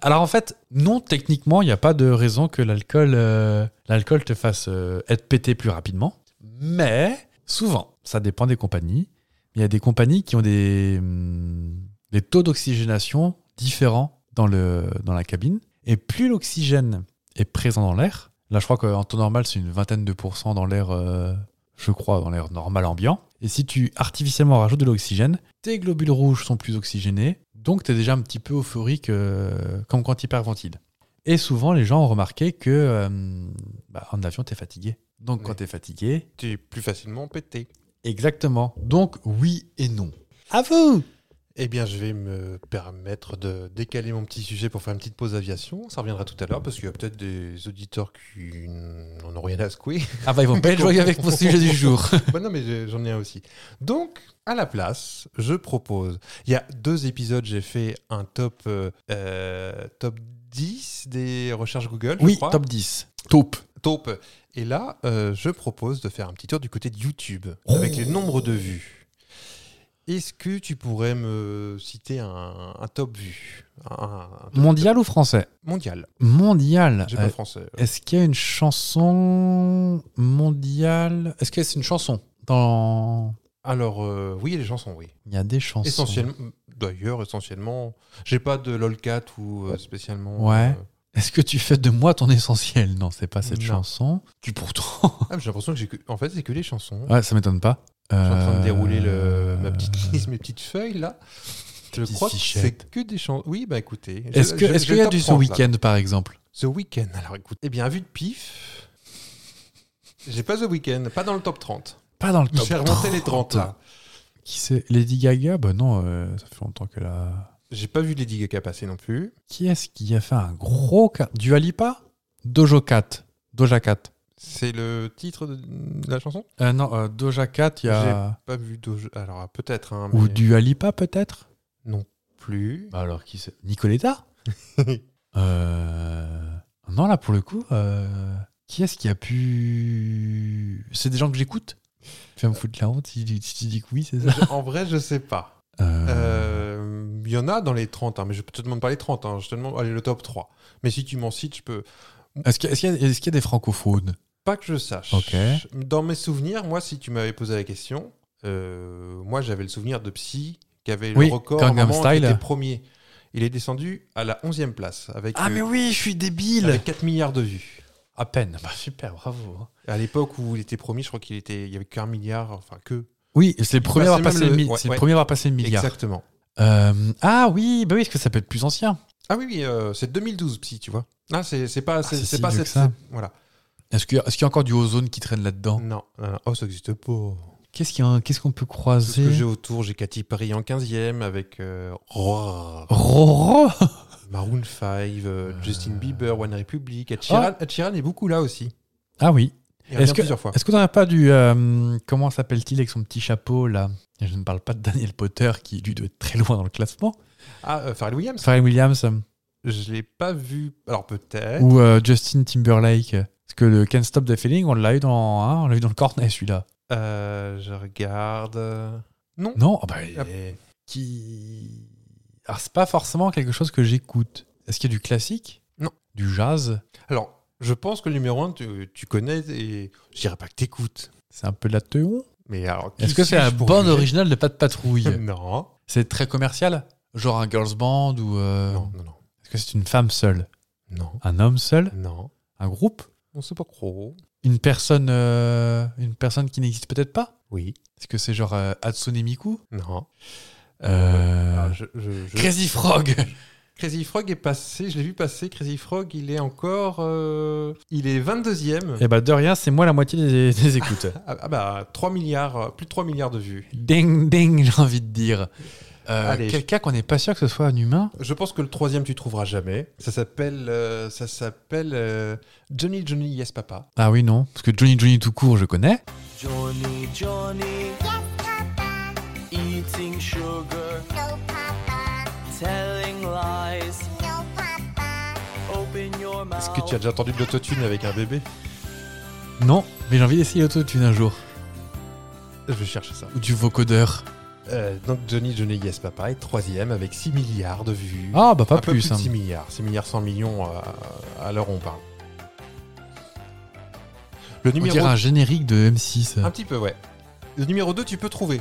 [SPEAKER 4] Alors en fait, non, techniquement, il n'y a pas de raison que l'alcool euh, l'alcool te fasse euh, être pété plus rapidement. Mais souvent, ça dépend des compagnies. Il y a des compagnies qui ont des, hum, des taux d'oxygénation différents dans, le, dans la cabine. Et plus l'oxygène est présent dans l'air, là je crois qu'en temps normal c'est une vingtaine de pourcents dans l'air, euh, je crois, dans l'air normal ambiant. Et si tu artificiellement rajoutes de l'oxygène, tes globules rouges sont plus oxygénés, donc tu es déjà un petit peu euphorique euh, comme quand tu hyperventiles. Et souvent, les gens ont remarqué que euh, bah, en avion, tu es fatigué. Donc, quand
[SPEAKER 5] Ouais.
[SPEAKER 4] tu es fatigué,
[SPEAKER 5] Tu es plus facilement pété.
[SPEAKER 4] exactement. Donc, oui et non. À vous
[SPEAKER 5] Eh bien, je vais me permettre de décaler mon petit sujet pour faire une petite pause aviation. Ça reviendra tout à l'heure parce qu'il y a peut-être des auditeurs qui n'en ont rien à secouer. [laughs]
[SPEAKER 4] Ah bah, ils vont pas être joyeux avec mon sujet du jour.
[SPEAKER 5] Bah non, mais j'ai- j'en ai un aussi. Donc, à la place, je propose. Il y a deux épisodes, j'ai fait un top, euh, euh, top 10 des recherches Google. [laughs] je
[SPEAKER 4] Oui,
[SPEAKER 5] crois.
[SPEAKER 4] top 10. Taupe.
[SPEAKER 5] Taupe. Et là, euh, je propose de faire un petit tour du côté de YouTube,
[SPEAKER 4] Oh.
[SPEAKER 5] avec les nombres de vues. Est-ce que tu pourrais me citer un, un top vue Un- un top
[SPEAKER 4] Mondial ou français
[SPEAKER 5] mondial
[SPEAKER 4] Mondial.
[SPEAKER 5] J'ai
[SPEAKER 4] Euh,
[SPEAKER 5] pas français.
[SPEAKER 4] Est-ce qu'il y a une chanson mondiale Est-ce que c'est une chanson dans...
[SPEAKER 5] Alors, euh, oui, les chansons, oui.
[SPEAKER 4] Il y a des chansons.
[SPEAKER 5] Essentiellement, d'ailleurs, essentiellement, j'ai pas de lolcat ou euh, spécialement.
[SPEAKER 4] Ouais.
[SPEAKER 5] euh,
[SPEAKER 4] Est-ce que tu fais de moi ton essentiel Non, c'est pas cette
[SPEAKER 5] Non.
[SPEAKER 4] chanson.
[SPEAKER 5] [laughs]
[SPEAKER 4] Tu pourtant.
[SPEAKER 5] ah, j'ai l'impression que j'ai que- en fait, c'est que les chansons.
[SPEAKER 4] ouais, ça m'étonne pas.
[SPEAKER 5] Je suis en train de
[SPEAKER 4] Euh,
[SPEAKER 5] dérouler le, ma petite liste, mes petites feuilles là. Je
[SPEAKER 4] petites
[SPEAKER 5] crois que
[SPEAKER 4] fichettes.
[SPEAKER 5] c'est que des chansons. Oui, bah écoutez. je-
[SPEAKER 4] Est-ce que-
[SPEAKER 5] je-
[SPEAKER 4] est-ce
[SPEAKER 5] je
[SPEAKER 4] qu'il y a
[SPEAKER 5] top
[SPEAKER 4] du ce
[SPEAKER 5] 30, là.
[SPEAKER 4] week-end par exemple
[SPEAKER 5] The Weeknd. Alors écoute, eh bien, à vue de pif, j'ai pas The Weeknd, pas dans le top 30.
[SPEAKER 4] Pas dans le top.
[SPEAKER 5] J'ai remonté les 30 là.
[SPEAKER 4] Qui c'est Lady Gaga Bah non, euh, ça fait longtemps que là.
[SPEAKER 5] J'ai pas vu Lady Gaga passer non plus.
[SPEAKER 4] Qui est-ce qui a fait un gros. ca- Dua Lipa Dojo Cat. Doja Cat.
[SPEAKER 5] C'est le titre de, de la chanson
[SPEAKER 4] Euh, non, euh, Doja Cat, il y a.
[SPEAKER 5] Pas vu Doja- Alors ah, peut-être, hein, mais
[SPEAKER 4] Ou Dua Lipa peut-être
[SPEAKER 5] non plus.
[SPEAKER 4] Bah alors qui c'est [laughs] Nicoletta Euh, Non, là pour le coup, euh, qui est-ce qui a pu. C'est des gens que j'écoute Tu vas me foutre la honte si tu si tu dis que oui, c'est ça
[SPEAKER 5] Je- en vrai, je sais pas.
[SPEAKER 4] Euh,
[SPEAKER 5] Euh, Il y en a dans les 30, hein, mais je te demande pas les 30. hein, je te demande allez, le top 3. Mais si tu m'en cites, je peux.
[SPEAKER 4] Est-ce qu'il y, a- est-ce qu'il y a- est-ce qu'il y a des francophones
[SPEAKER 5] Pas que je sache.
[SPEAKER 4] Ok.
[SPEAKER 5] Dans mes souvenirs, moi, si tu m'avais posé la question, euh, moi, j'avais le souvenir de Psy qui avait
[SPEAKER 4] Oui,
[SPEAKER 5] le record
[SPEAKER 4] Gangnam
[SPEAKER 5] à un moment, qui
[SPEAKER 4] Style.
[SPEAKER 5] était premier. Il est descendu à la 11e place avec, euh,
[SPEAKER 4] Ah, oui, je suis débile
[SPEAKER 5] avec 4 milliards de vues.
[SPEAKER 4] À peine. Bah, super, bravo.
[SPEAKER 5] À l'époque où il était premier, je crois qu'il était, il y avait qu'un milliard, enfin que.
[SPEAKER 4] Oui, c'est le premier à avoir
[SPEAKER 5] passait
[SPEAKER 4] passé
[SPEAKER 5] même
[SPEAKER 4] le,
[SPEAKER 5] le-
[SPEAKER 4] mi-
[SPEAKER 5] ouais,
[SPEAKER 4] c'est le
[SPEAKER 5] ouais.
[SPEAKER 4] premier à avoir passé le milliard.
[SPEAKER 5] Exactement.
[SPEAKER 4] Euh, ah oui, bah oui, est-ce que ça peut être plus ancien
[SPEAKER 5] Ah oui, oui, euh, c'est 2012 Psy, tu vois. Ah, c'est c'est pas, c'est
[SPEAKER 4] c'est
[SPEAKER 5] c'est
[SPEAKER 4] si
[SPEAKER 5] pas
[SPEAKER 4] vieux
[SPEAKER 5] cette.
[SPEAKER 4] que ça.
[SPEAKER 5] c'est- Voilà.
[SPEAKER 4] Est-ce qu'il y, a- est-ce qu'il y a encore du ozone qui traîne là-dedans
[SPEAKER 5] Non, non, non. Oh, ça existe pas.
[SPEAKER 4] Qu'est-ce qu'il y a- qu'est-ce qu'on peut
[SPEAKER 5] Tout ce que j'ai
[SPEAKER 4] croiser
[SPEAKER 5] autour, j'ai Cathy Perry en 15e avec euh, Roar.
[SPEAKER 4] Roro
[SPEAKER 5] Maroon 5, euh, Justin Bieber, One Republic, Ed Sheeran, Ed Sheeran est beaucoup là aussi.
[SPEAKER 4] Ah oui,
[SPEAKER 5] Il revient
[SPEAKER 4] que-
[SPEAKER 5] plusieurs fois.
[SPEAKER 4] Ah. Est-ce que t'en as pas du. euh, comment s'appelle-t-il avec son petit chapeau là Je ne parle pas de Daniel Potter qui lui doit être très loin dans le classement.
[SPEAKER 5] Ah, euh, Pharrell Williams
[SPEAKER 4] Pharrell Williams euh,
[SPEAKER 5] Je l'ai pas vu. Alors peut-être.
[SPEAKER 4] ou euh, Justin Timberlake. Parce que le Can't Stop the Feeling, on l'a eu dans, hein, on l'a eu dans le cornet celui-là.
[SPEAKER 5] Euh, je regarde. euh, Non.
[SPEAKER 4] Non ah bah,
[SPEAKER 5] Ah,
[SPEAKER 4] qui. Alors c'est pas forcément quelque chose que j'écoute. Est-ce qu'il y a du classique
[SPEAKER 5] Non.
[SPEAKER 4] Du jazz
[SPEAKER 5] Alors, je pense que le numéro 1, tu, tu connais et je dirais pas que t'écoutes.
[SPEAKER 4] C'est un peu de la teuon
[SPEAKER 5] Mais alors. qui
[SPEAKER 4] Est-ce que c'est
[SPEAKER 5] suis-je
[SPEAKER 4] la
[SPEAKER 5] pour
[SPEAKER 4] bande
[SPEAKER 5] juger
[SPEAKER 4] originale de Pas de Patrouille
[SPEAKER 5] [laughs] Non.
[SPEAKER 4] Ah. C'est très commercial Genre un girls band ou. euh,
[SPEAKER 5] Non, non, non.
[SPEAKER 4] Est-ce que c'est une femme seule
[SPEAKER 5] Non.
[SPEAKER 4] Un homme seul
[SPEAKER 5] Non.
[SPEAKER 4] Un groupe
[SPEAKER 5] On sait pas trop.
[SPEAKER 4] Une personne, euh, une personne qui n'existe peut-être pas
[SPEAKER 5] Oui.
[SPEAKER 4] Est-ce que c'est genre euh, Hatsune Miku
[SPEAKER 5] Non.
[SPEAKER 4] Euh,
[SPEAKER 5] Ah, je- je- je-
[SPEAKER 4] Crazy Frog
[SPEAKER 5] Crazy Frog est passé, je l'ai vu passer. Crazy Frog, il est encore. euh, il est 22 e
[SPEAKER 4] [laughs] Eh bah de rien, c'est moi la moitié des,
[SPEAKER 5] [laughs]
[SPEAKER 4] des écoutes.
[SPEAKER 5] Ah, ah bah, 3 milliards, euh, plus de 3 milliards de vues.
[SPEAKER 4] ding ding, j'ai envie de dire. Euh,
[SPEAKER 5] Allez.
[SPEAKER 4] Quelqu'un qu'on n'est pas sûr que ce soit un humain
[SPEAKER 5] Je pense que le troisième, tu trouveras jamais. Ça s'appelle. euh, ça s'appelle. euh, Johnny Johnny Yes Papa.
[SPEAKER 4] Ah oui, non. Parce que Johnny Johnny tout court, je connais.
[SPEAKER 2] Johnny, Johnny. Yes, Papa. Eating sugar. No, Papa. Telling lies. No, Papa. Open your mouth.
[SPEAKER 5] Est-ce que tu as déjà entendu de l'autotune avec un bébé
[SPEAKER 4] Non, mais j'ai envie d'essayer l'autotune un jour.
[SPEAKER 5] Je vais chercher ça.
[SPEAKER 4] Ou du vocodeur.
[SPEAKER 5] Euh, donc Johnny Johnny Yes Papa est troisième avec 6 milliards de vues.
[SPEAKER 4] Ah bah pas
[SPEAKER 5] un peu
[SPEAKER 4] plus.
[SPEAKER 5] plus, de
[SPEAKER 4] hein.
[SPEAKER 5] 6 milliards. 6 milliards 100 millions euh, à, l'heure où on parle. Le
[SPEAKER 4] On
[SPEAKER 5] numéro
[SPEAKER 4] dirait un générique de M6.
[SPEAKER 5] Un petit peu, ouais. Le numéro 2, tu peux trouver.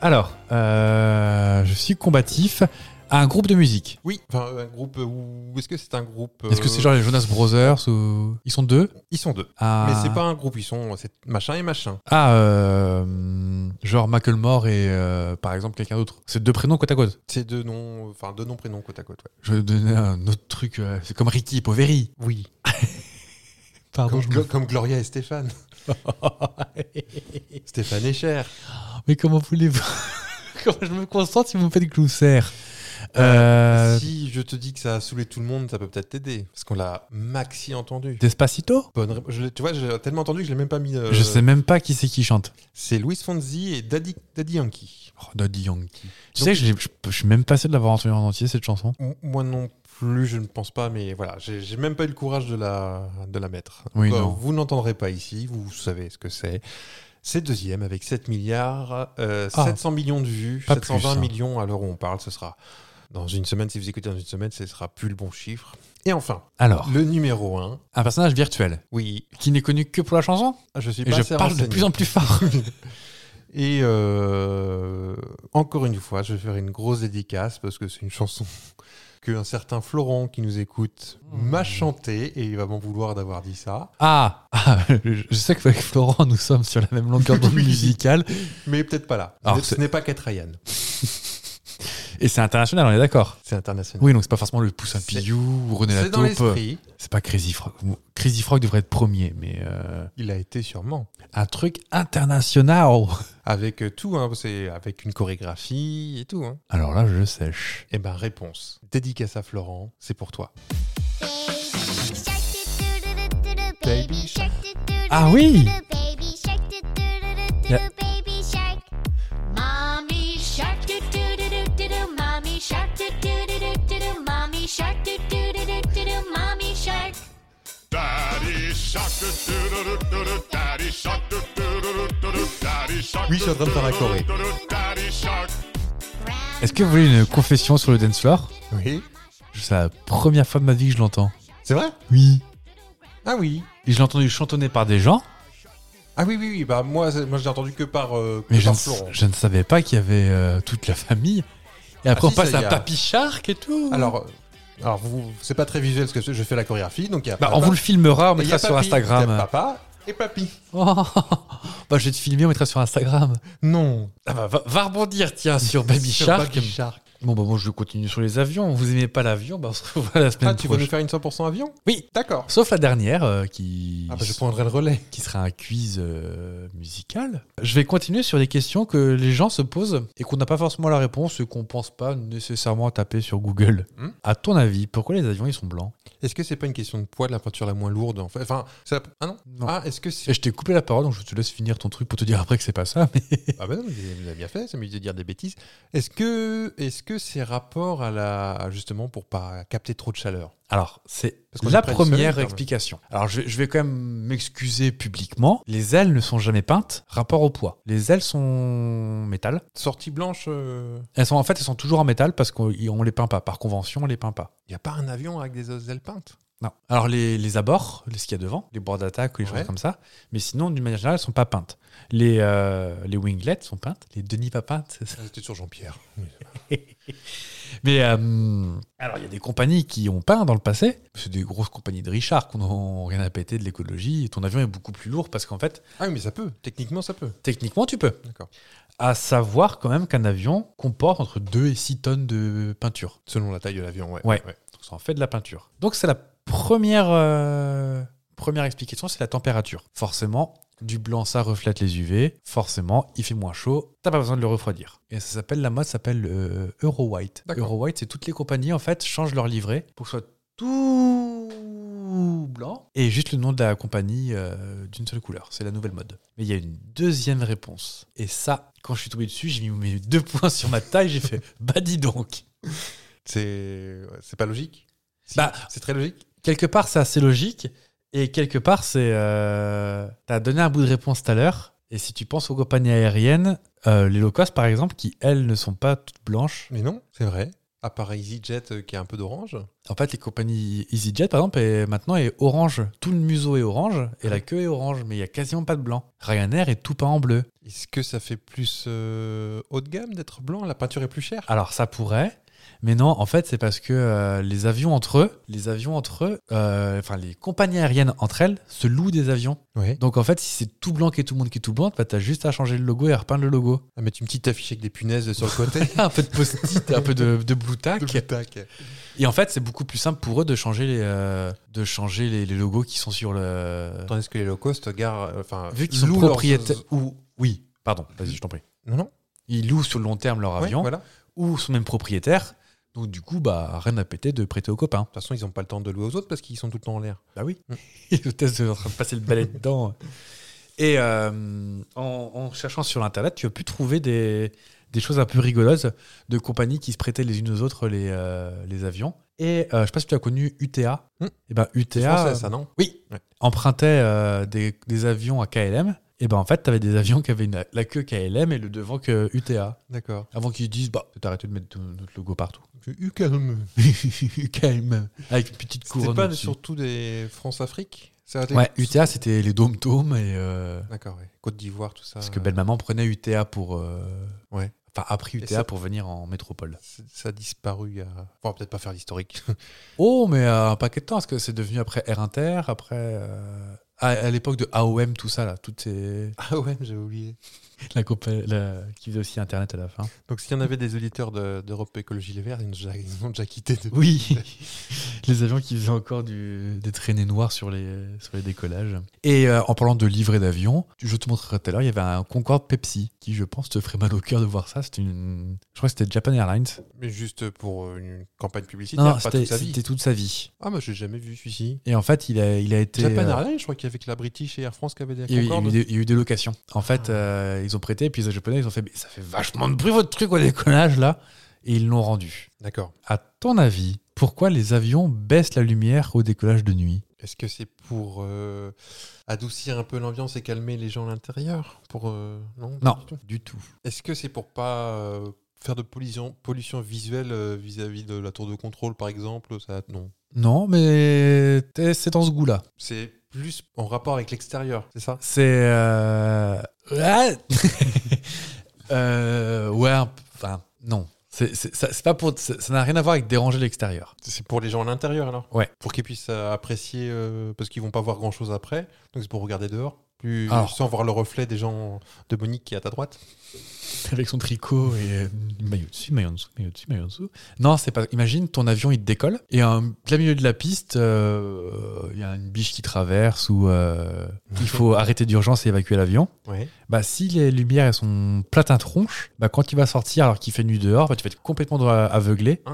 [SPEAKER 4] Alors, euh, je suis combatif à un groupe de musique.
[SPEAKER 5] Oui. Enfin, un groupe. euh, Ou est-ce que c'est un groupe. euh,
[SPEAKER 4] Est-ce que c'est genre les Jonas Brothers ou... Ils sont deux
[SPEAKER 5] Ils sont deux.
[SPEAKER 4] Ah,
[SPEAKER 5] Mais c'est pas un groupe, ils sont. C'est machin et machin.
[SPEAKER 4] Ah, euh, genre Macklemore et euh, par exemple quelqu'un d'autre. C'est deux prénoms côte à côte.
[SPEAKER 5] C'est deux noms. Enfin, deux noms, prénoms côte à côte, ouais.
[SPEAKER 4] Je vais donner un autre truc. euh, c'est comme Ricky et Poveri.
[SPEAKER 5] Oui.
[SPEAKER 4] [laughs] Pardon,
[SPEAKER 5] Comme,
[SPEAKER 4] je
[SPEAKER 5] Glo- comme Gloria et Stéphane.
[SPEAKER 4] [laughs]
[SPEAKER 5] Stéphane est cher.
[SPEAKER 4] me- Mais comment voulez-vous [laughs] Comment je me concentre si vous me faites glousser euh,
[SPEAKER 5] Si je te dis que ça a saoulé tout le monde, ça peut peut-être t'aider. Parce qu'on l'a maxi entendu.
[SPEAKER 4] Despacito
[SPEAKER 5] Bonne ré- je l'ai- tu vois, j'ai tellement entendu que je l'ai même pas mis. euh,
[SPEAKER 4] Je sais même pas qui c'est qui chante.
[SPEAKER 5] C'est Louis Fonzi et Daddy, Daddy Yankee.
[SPEAKER 4] Oh, Daddy Yankee. Tu
[SPEAKER 5] Donc-
[SPEAKER 4] sais que je, l'ai- je- je suis même pas sûr de l'avoir entendu en entier cette chanson.
[SPEAKER 5] M- Moi non plus, je ne pense pas, mais voilà, j'ai j'ai même pas eu le courage de la, de la mettre.
[SPEAKER 4] Oui,
[SPEAKER 5] Donc, euh,
[SPEAKER 4] non.
[SPEAKER 5] Vous n'entendrez pas ici, vous savez ce que c'est. C'est deuxième avec 7 milliards, euh,
[SPEAKER 4] Ah.
[SPEAKER 5] 700 millions de vues,
[SPEAKER 4] Pas
[SPEAKER 5] 720
[SPEAKER 4] plus, hein.
[SPEAKER 5] millions à l'heure où on parle. Ce sera dans une semaine, si vous écoutez dans une semaine, ce sera plus le bon chiffre. Et enfin,
[SPEAKER 4] Alors,
[SPEAKER 5] le numéro 1.
[SPEAKER 4] un personnage virtuel
[SPEAKER 5] Oui,
[SPEAKER 4] qui n'est connu que pour la chanson
[SPEAKER 5] je suis
[SPEAKER 4] Et
[SPEAKER 5] pas
[SPEAKER 4] je
[SPEAKER 5] assez
[SPEAKER 4] parle de
[SPEAKER 5] renseigné.
[SPEAKER 4] plus en plus fort.
[SPEAKER 5] Et euh, encore une fois, je vais faire une grosse dédicace parce que c'est une chanson [laughs] qu'un certain Florent qui nous écoute
[SPEAKER 4] Mmh.
[SPEAKER 5] m'a chantée et il va m'en vouloir d'avoir dit ça.
[SPEAKER 4] Ah, Ah, je je sais qu'avec Florent, nous sommes sur la même longueur
[SPEAKER 5] [laughs]
[SPEAKER 4] d'onde
[SPEAKER 5] Oui.
[SPEAKER 4] musicale.
[SPEAKER 5] Mais peut-être pas là.
[SPEAKER 4] Alors,
[SPEAKER 5] Ce- ce
[SPEAKER 4] c'est-
[SPEAKER 5] n'est pas Kate Ryan.
[SPEAKER 4] Et c'est international, on est d'accord.
[SPEAKER 5] C'est international.
[SPEAKER 4] Oui, donc c'est pas forcément le Poussin
[SPEAKER 5] C'est-
[SPEAKER 4] Piou ou René
[SPEAKER 5] c'est dans
[SPEAKER 4] la Taupe.
[SPEAKER 5] l'esprit.
[SPEAKER 4] C'est pas Crazy Frog. Crazy Frog devrait être premier, mais euh,
[SPEAKER 5] Il a été sûrement.
[SPEAKER 4] un truc international.
[SPEAKER 5] Avec euh, tout, hein, c'est avec une chorégraphie et tout. Hein.
[SPEAKER 4] Alors là, je sèche.
[SPEAKER 5] Eh ben, réponse. Dédicace à Florent, c'est pour toi.
[SPEAKER 6] Baby shark.
[SPEAKER 4] Ah oui
[SPEAKER 6] Baby shark.
[SPEAKER 4] Yeah.
[SPEAKER 6] Baby shark. Mommy shark. Mommy shark. Mommy shark. Mommy shark.
[SPEAKER 7] Daddy shark, doo-doo-doo, doo-doo, daddy shark, doo-doo-doo, doo-doo, daddy shark.
[SPEAKER 5] Oui, je suis en train de faire un choré.
[SPEAKER 7] doo-doo, Daddy shark.
[SPEAKER 4] Est-ce que vous voulez une confession sur le dance floor
[SPEAKER 5] Oui.
[SPEAKER 4] C'est la première fois de ma vie que je l'entends.
[SPEAKER 5] C'est vrai
[SPEAKER 4] Oui.
[SPEAKER 5] Ah oui.
[SPEAKER 4] Et je l'ai entendu chantonner par des gens,
[SPEAKER 5] Ah oui, oui, oui. Bah, moi, c'est- moi je l'ai entendu que par, euh, que
[SPEAKER 4] mais je
[SPEAKER 5] par
[SPEAKER 4] ne,
[SPEAKER 5] Florent.
[SPEAKER 4] je ne savais pas qu'il y avait euh, toute la famille. Et après,
[SPEAKER 5] Ah,
[SPEAKER 4] on
[SPEAKER 5] si,
[SPEAKER 4] passe
[SPEAKER 5] ça y
[SPEAKER 4] à
[SPEAKER 5] a-
[SPEAKER 4] Papy Shark et tout.
[SPEAKER 5] Alors, euh, alors vous, c'est pas très visuel ce que je je fais la chorégraphie, donc il y a.
[SPEAKER 4] Bah,
[SPEAKER 5] papa,
[SPEAKER 4] on vous le filmera,
[SPEAKER 5] et
[SPEAKER 4] on
[SPEAKER 5] il Ah, y
[SPEAKER 4] mettra
[SPEAKER 5] a
[SPEAKER 4] sur
[SPEAKER 5] papy. Il y a
[SPEAKER 4] Instagram.
[SPEAKER 5] papa et papy.
[SPEAKER 4] Oh, [laughs] bah, je vais te filmer, on mettra sur Instagram.
[SPEAKER 5] Non.
[SPEAKER 4] Ah bah, va, va rebondir, tiens, sur Baby
[SPEAKER 5] Sur
[SPEAKER 4] Shark.
[SPEAKER 5] Baby Shark.
[SPEAKER 4] Bon, bah, moi, je continue sur les avions. Vous aimez pas l'avion Bah, on se revoit la semaine
[SPEAKER 5] Ah, tu veux nous
[SPEAKER 4] prochaine.
[SPEAKER 5] faire une 100% avion
[SPEAKER 4] Oui.
[SPEAKER 5] D'accord.
[SPEAKER 4] Sauf la dernière, euh, qui...
[SPEAKER 5] Ah bah, je prendrai le relais.
[SPEAKER 4] qui sera un quiz euh, musical. Je vais continuer sur des questions que les gens se posent et qu'on n'a pas forcément la réponse et qu'on pense pas nécessairement taper sur Google.
[SPEAKER 5] Hmm.
[SPEAKER 4] À ton avis, pourquoi les avions, ils sont blancs
[SPEAKER 5] Est-ce que c'est pas une question de poids de la peinture la moins lourde en fait Enfin, c'est la- ah non.
[SPEAKER 4] Non.
[SPEAKER 5] Ah, est-ce que c'est
[SPEAKER 4] [laughs] Et je t'ai coupé la parole, donc je te laisse finir ton truc pour te dire après que c'est pas ça. Mais...
[SPEAKER 5] ah bah non, vous avez bien fait, ça m'évite de dire des bêtises. Est-ce que est-ce que c'est rapport à la justement pour pas capter trop de chaleur
[SPEAKER 4] Alors, c'est
[SPEAKER 5] Parce qu'on
[SPEAKER 4] la
[SPEAKER 5] est pas le seul, quand
[SPEAKER 4] première
[SPEAKER 5] même.
[SPEAKER 4] explication. Alors, je, vais- je vais quand même m'excuser publiquement. Les ailes ne sont jamais peintes, rapport au poids. Les ailes sont métal.
[SPEAKER 5] Sortie blanche, euh, il
[SPEAKER 4] Elles sont, en fait, elles sont toujours en métal parce qu'on on les peint pas. Par convention, on les peint pas.
[SPEAKER 5] y a pas un avion avec des ailes peintes
[SPEAKER 4] Non. Alors les, les abords, les- ce qu'il y a devant, les bords d'attaque ou les
[SPEAKER 5] Ouais.
[SPEAKER 4] choses comme ça, mais sinon d'une manière générale, elles sont pas peintes. Les, euh, les winglets sont peintes, les denies pas peintes. c'est ça.
[SPEAKER 5] Ah, C'était sur Jean-Pierre.
[SPEAKER 4] Mais euh, alors, il y a des compagnies qui ont peint dans le passé. C'est des grosses compagnies de Richard qui n'ont rien à péter de l'écologie. Ton avion est beaucoup plus lourd parce qu'en fait,
[SPEAKER 5] Ah oui, mais ça peut. Techniquement, ça peut.
[SPEAKER 4] techniquement, tu peux.
[SPEAKER 5] D'accord.
[SPEAKER 4] À savoir quand même qu'un avion comporte entre 2 et 6 tonnes de peinture.
[SPEAKER 5] Selon la taille de l'avion, ouais.
[SPEAKER 4] Ouais. Donc ça en fait de la peinture. Donc c'est la première, euh, première explication, c'est la température. Forcément, du blanc, ça reflète les UV. Forcément, il fait moins chaud. T'as pas besoin de le refroidir. Et ça s'appelle, la mode s'appelle euh, Euro White.
[SPEAKER 5] D'accord.
[SPEAKER 4] Euro White, c'est toutes les compagnies, en fait, changent leur livret pour que ce soit tout blanc et juste le nom de la compagnie euh, d'une seule couleur. C'est la nouvelle mode. Mais il y a une deuxième réponse. Et ça, quand je suis tombé dessus, j'ai mis mes deux points sur ma taille. J'ai fait, [laughs] bah dis donc.
[SPEAKER 5] C'est ouais, c'est pas logique. Si.
[SPEAKER 4] Bah,
[SPEAKER 5] C'est très logique.
[SPEAKER 4] quelque part, c'est assez logique. Et quelque part, c'est. Euh, T'as donné un bout de réponse tout à l'heure. Et si tu penses aux compagnies aériennes, euh, les low cost, par exemple, qui, elles, ne sont pas toutes blanches.
[SPEAKER 5] Mais non, c'est vrai. À part EasyJet euh, qui est un peu d'orange.
[SPEAKER 4] En fait, les compagnies EasyJet, par exemple, est, maintenant est orange. Tout le museau est orange et la queue est orange, mais il n'y a quasiment pas de blanc. Ryanair est tout peint en bleu.
[SPEAKER 5] Est-ce que ça fait plus euh, haut de gamme d'être blanc La peinture est plus chère
[SPEAKER 4] Alors, ça pourrait. Mais non, en fait, c'est parce que euh, les avions entre eux, les avions entre eux, euh, enfin les compagnies aériennes entre elles, se louent des avions.
[SPEAKER 5] Ouais.
[SPEAKER 4] Donc en fait, si c'est tout blanc et tout le monde qui est tout blanc, bah, t'as juste à changer le logo et à repeindre le logo. [laughs]
[SPEAKER 5] À mettre une petite affiche avec des punaises sur le [laughs] côté.
[SPEAKER 4] un peu de post-it, un peu de, de blue tack.
[SPEAKER 5] Double tac.
[SPEAKER 4] Et en fait, c'est beaucoup plus simple pour eux de changer les, euh, de changer les, les logos qui sont sur le.
[SPEAKER 5] Tandis que les low cost garent. euh, Enfin,
[SPEAKER 4] Vu qu'ils sont
[SPEAKER 5] louent leurs-
[SPEAKER 4] propriétaires. Ou, oui, pardon, vas-y, je t'en prie.
[SPEAKER 5] Non, non.
[SPEAKER 4] Ils louent sur le long terme leur
[SPEAKER 5] Ouais,
[SPEAKER 4] avion
[SPEAKER 5] voilà. De
[SPEAKER 4] ou sont même propriétaires. Donc du coup, bah, rien à péter de prêter aux copains.
[SPEAKER 5] toute façon, ils n'ont pas le temps de louer aux autres parce qu'ils sont tout le temps en l'air.
[SPEAKER 4] Bah oui. [laughs] le test est en train de passer le balai dedans. Et euh, en, en cherchant sur Internet, tu as pu trouver des, des choses un peu rigolotes de compagnies qui se prêtaient les unes aux autres les, euh, les avions. Et euh, je sais pas si tu as connu UTA.
[SPEAKER 5] Hmm.
[SPEAKER 4] Et ben
[SPEAKER 5] C'est
[SPEAKER 4] UTA
[SPEAKER 5] français,
[SPEAKER 4] euh,
[SPEAKER 5] ça, non
[SPEAKER 4] oui,
[SPEAKER 5] Ouais.
[SPEAKER 4] empruntait euh, des, des avions à KLM. Et ben en fait, tu avais des avions qui avaient une- la queue KLM et le devant que UTA.
[SPEAKER 5] D'accord.
[SPEAKER 4] Avant qu'ils disent, bah, t'as arrêté de mettre notre logo partout. [laughs]
[SPEAKER 5] calme.
[SPEAKER 4] KLM. Avec une petite
[SPEAKER 5] C'était
[SPEAKER 4] couronne.
[SPEAKER 5] pas
[SPEAKER 4] au-dessus.
[SPEAKER 5] surtout des France-Afrique Ça a été-
[SPEAKER 4] Ouais, UTA, c'était les dômes-dômes et. euh,
[SPEAKER 5] D'accord, ouais. Côte d'Ivoire, tout ça. euh,
[SPEAKER 4] Parce que belle-maman prenait UTA pour. euh,
[SPEAKER 5] Ouais.
[SPEAKER 4] Enfin, a pris
[SPEAKER 5] Et
[SPEAKER 4] UTA
[SPEAKER 5] ça-
[SPEAKER 4] pour venir en métropole.
[SPEAKER 5] C'est- Ça a disparu à. Bon, on va peut-être pas faire l'historique. [laughs]
[SPEAKER 4] Oh, mais euh, un paquet de temps, parce que c'est devenu après Air Inter, après. euh, À, à l'époque de AOM, tout ça, là. Toutes ces.
[SPEAKER 5] ah ouais, j'avais oublié.
[SPEAKER 4] [laughs] La, compa- la- qui faisait aussi Internet à la fin.
[SPEAKER 5] Donc, s'il y en avait des auditeurs de- d'Europe Écologie Les Verts, ils nous a- ils nous ont déjà quitté. de-
[SPEAKER 4] Oui [laughs] Les avions qui faisaient encore du, des traînées noires sur les, sur les décollages. Et euh, en parlant de livret d'avion, je te montrerai tout à l'heure, il y avait un Concorde Pepsi, qui, je pense, te ferait mal au cœur de voir ça. C'était une. Je crois que c'était Japan Airlines.
[SPEAKER 5] [laughs] Mais juste pour euh, une campagne publicitaire,
[SPEAKER 4] Non, non,
[SPEAKER 5] pas
[SPEAKER 4] c'était
[SPEAKER 5] toute sa vie.
[SPEAKER 4] c'était toute sa vie.
[SPEAKER 5] Ah, moi, j'ai jamais vu celui-ci.
[SPEAKER 4] Et en fait, il a, il a été.
[SPEAKER 5] Japan
[SPEAKER 4] euh,
[SPEAKER 5] Airlines, je crois qu'il y avait que la British et Air France qui avaient des
[SPEAKER 4] il y, a eu, il y a eu
[SPEAKER 5] Concorde. Ah.
[SPEAKER 4] des, il y a eu des locations. En fait, euh, ils ont prêté, et puis les Japonais, ils ont fait Mais ça fait vachement de bruit votre truc au décollage là. Et ils l'ont rendu.
[SPEAKER 5] D'accord.
[SPEAKER 4] À ton avis, pourquoi les avions baissent la lumière au décollage de nuit
[SPEAKER 5] Est-ce que c'est pour euh, adoucir un peu l'ambiance et calmer les gens à l'intérieur Pour euh, non, pas
[SPEAKER 4] Non,
[SPEAKER 5] du tout.
[SPEAKER 4] du tout.
[SPEAKER 5] Est-ce que c'est pour pas euh, faire de pollution, pollution visuelle euh, vis-à-vis de la tour de contrôle, par exemple ça, Non.
[SPEAKER 4] Non, mais t'es- c'est dans ce goût-là.
[SPEAKER 5] C'est plus en rapport avec l'extérieur, c'est ça
[SPEAKER 4] C'est. euh, [laughs] ouais. Euh, ouais, un p- enfin, non. C'est c'est- ça- c'est pas pour, ça ça n'a rien à voir avec déranger l'extérieur.
[SPEAKER 5] C'est pour les gens à l'intérieur, alors
[SPEAKER 4] Ouais.
[SPEAKER 5] Pour qu'ils puissent euh, apprécier, euh, parce qu'ils vont pas voir grand-chose après. Donc c'est pour regarder dehors, plus
[SPEAKER 4] Alors.
[SPEAKER 5] sans voir le reflet des gens de Monique qui est à ta droite.
[SPEAKER 4] [laughs] avec son tricot et euh, maillot dessus, maillot en dessous, maillot dessus, maillot en dessous. Non, c'est pas. Imagine ton avion, il te décolle et en plein milieu de la piste, euh, il y a une biche qui traverse ou euh, il faut arrêter d'urgence et évacuer l'avion.
[SPEAKER 5] Ouais.
[SPEAKER 4] Bah si les lumières elles sont platin tronche, bah quand il va sortir alors qu'il fait nuit dehors, bah, tu vas être complètement dans- aveuglé.
[SPEAKER 5] Ah,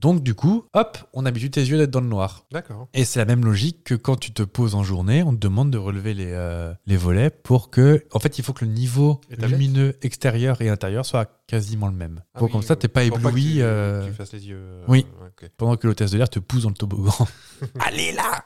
[SPEAKER 4] Donc du coup, hop, on habitue tes yeux d'être dans le noir.
[SPEAKER 5] d'accord.
[SPEAKER 4] Et c'est la même logique que quand tu te poses en journée, on te demande de relever les, euh, les volets pour que. En fait, il faut que le niveau
[SPEAKER 5] Et ta
[SPEAKER 4] lumineux extérieur et intérieur soit quasiment le même.
[SPEAKER 5] Ah
[SPEAKER 4] pour
[SPEAKER 5] oui,
[SPEAKER 4] comme ça,
[SPEAKER 5] oui.
[SPEAKER 4] t'es pas
[SPEAKER 5] Pour que
[SPEAKER 4] ébloui
[SPEAKER 5] tu,
[SPEAKER 4] euh,
[SPEAKER 5] tu fasses les yeux. euh,
[SPEAKER 4] oui.
[SPEAKER 5] ouais, ok.
[SPEAKER 4] pendant que l'hôtesse de l'air te pousse dans
[SPEAKER 5] [laughs]
[SPEAKER 4] le toboggan. Allez là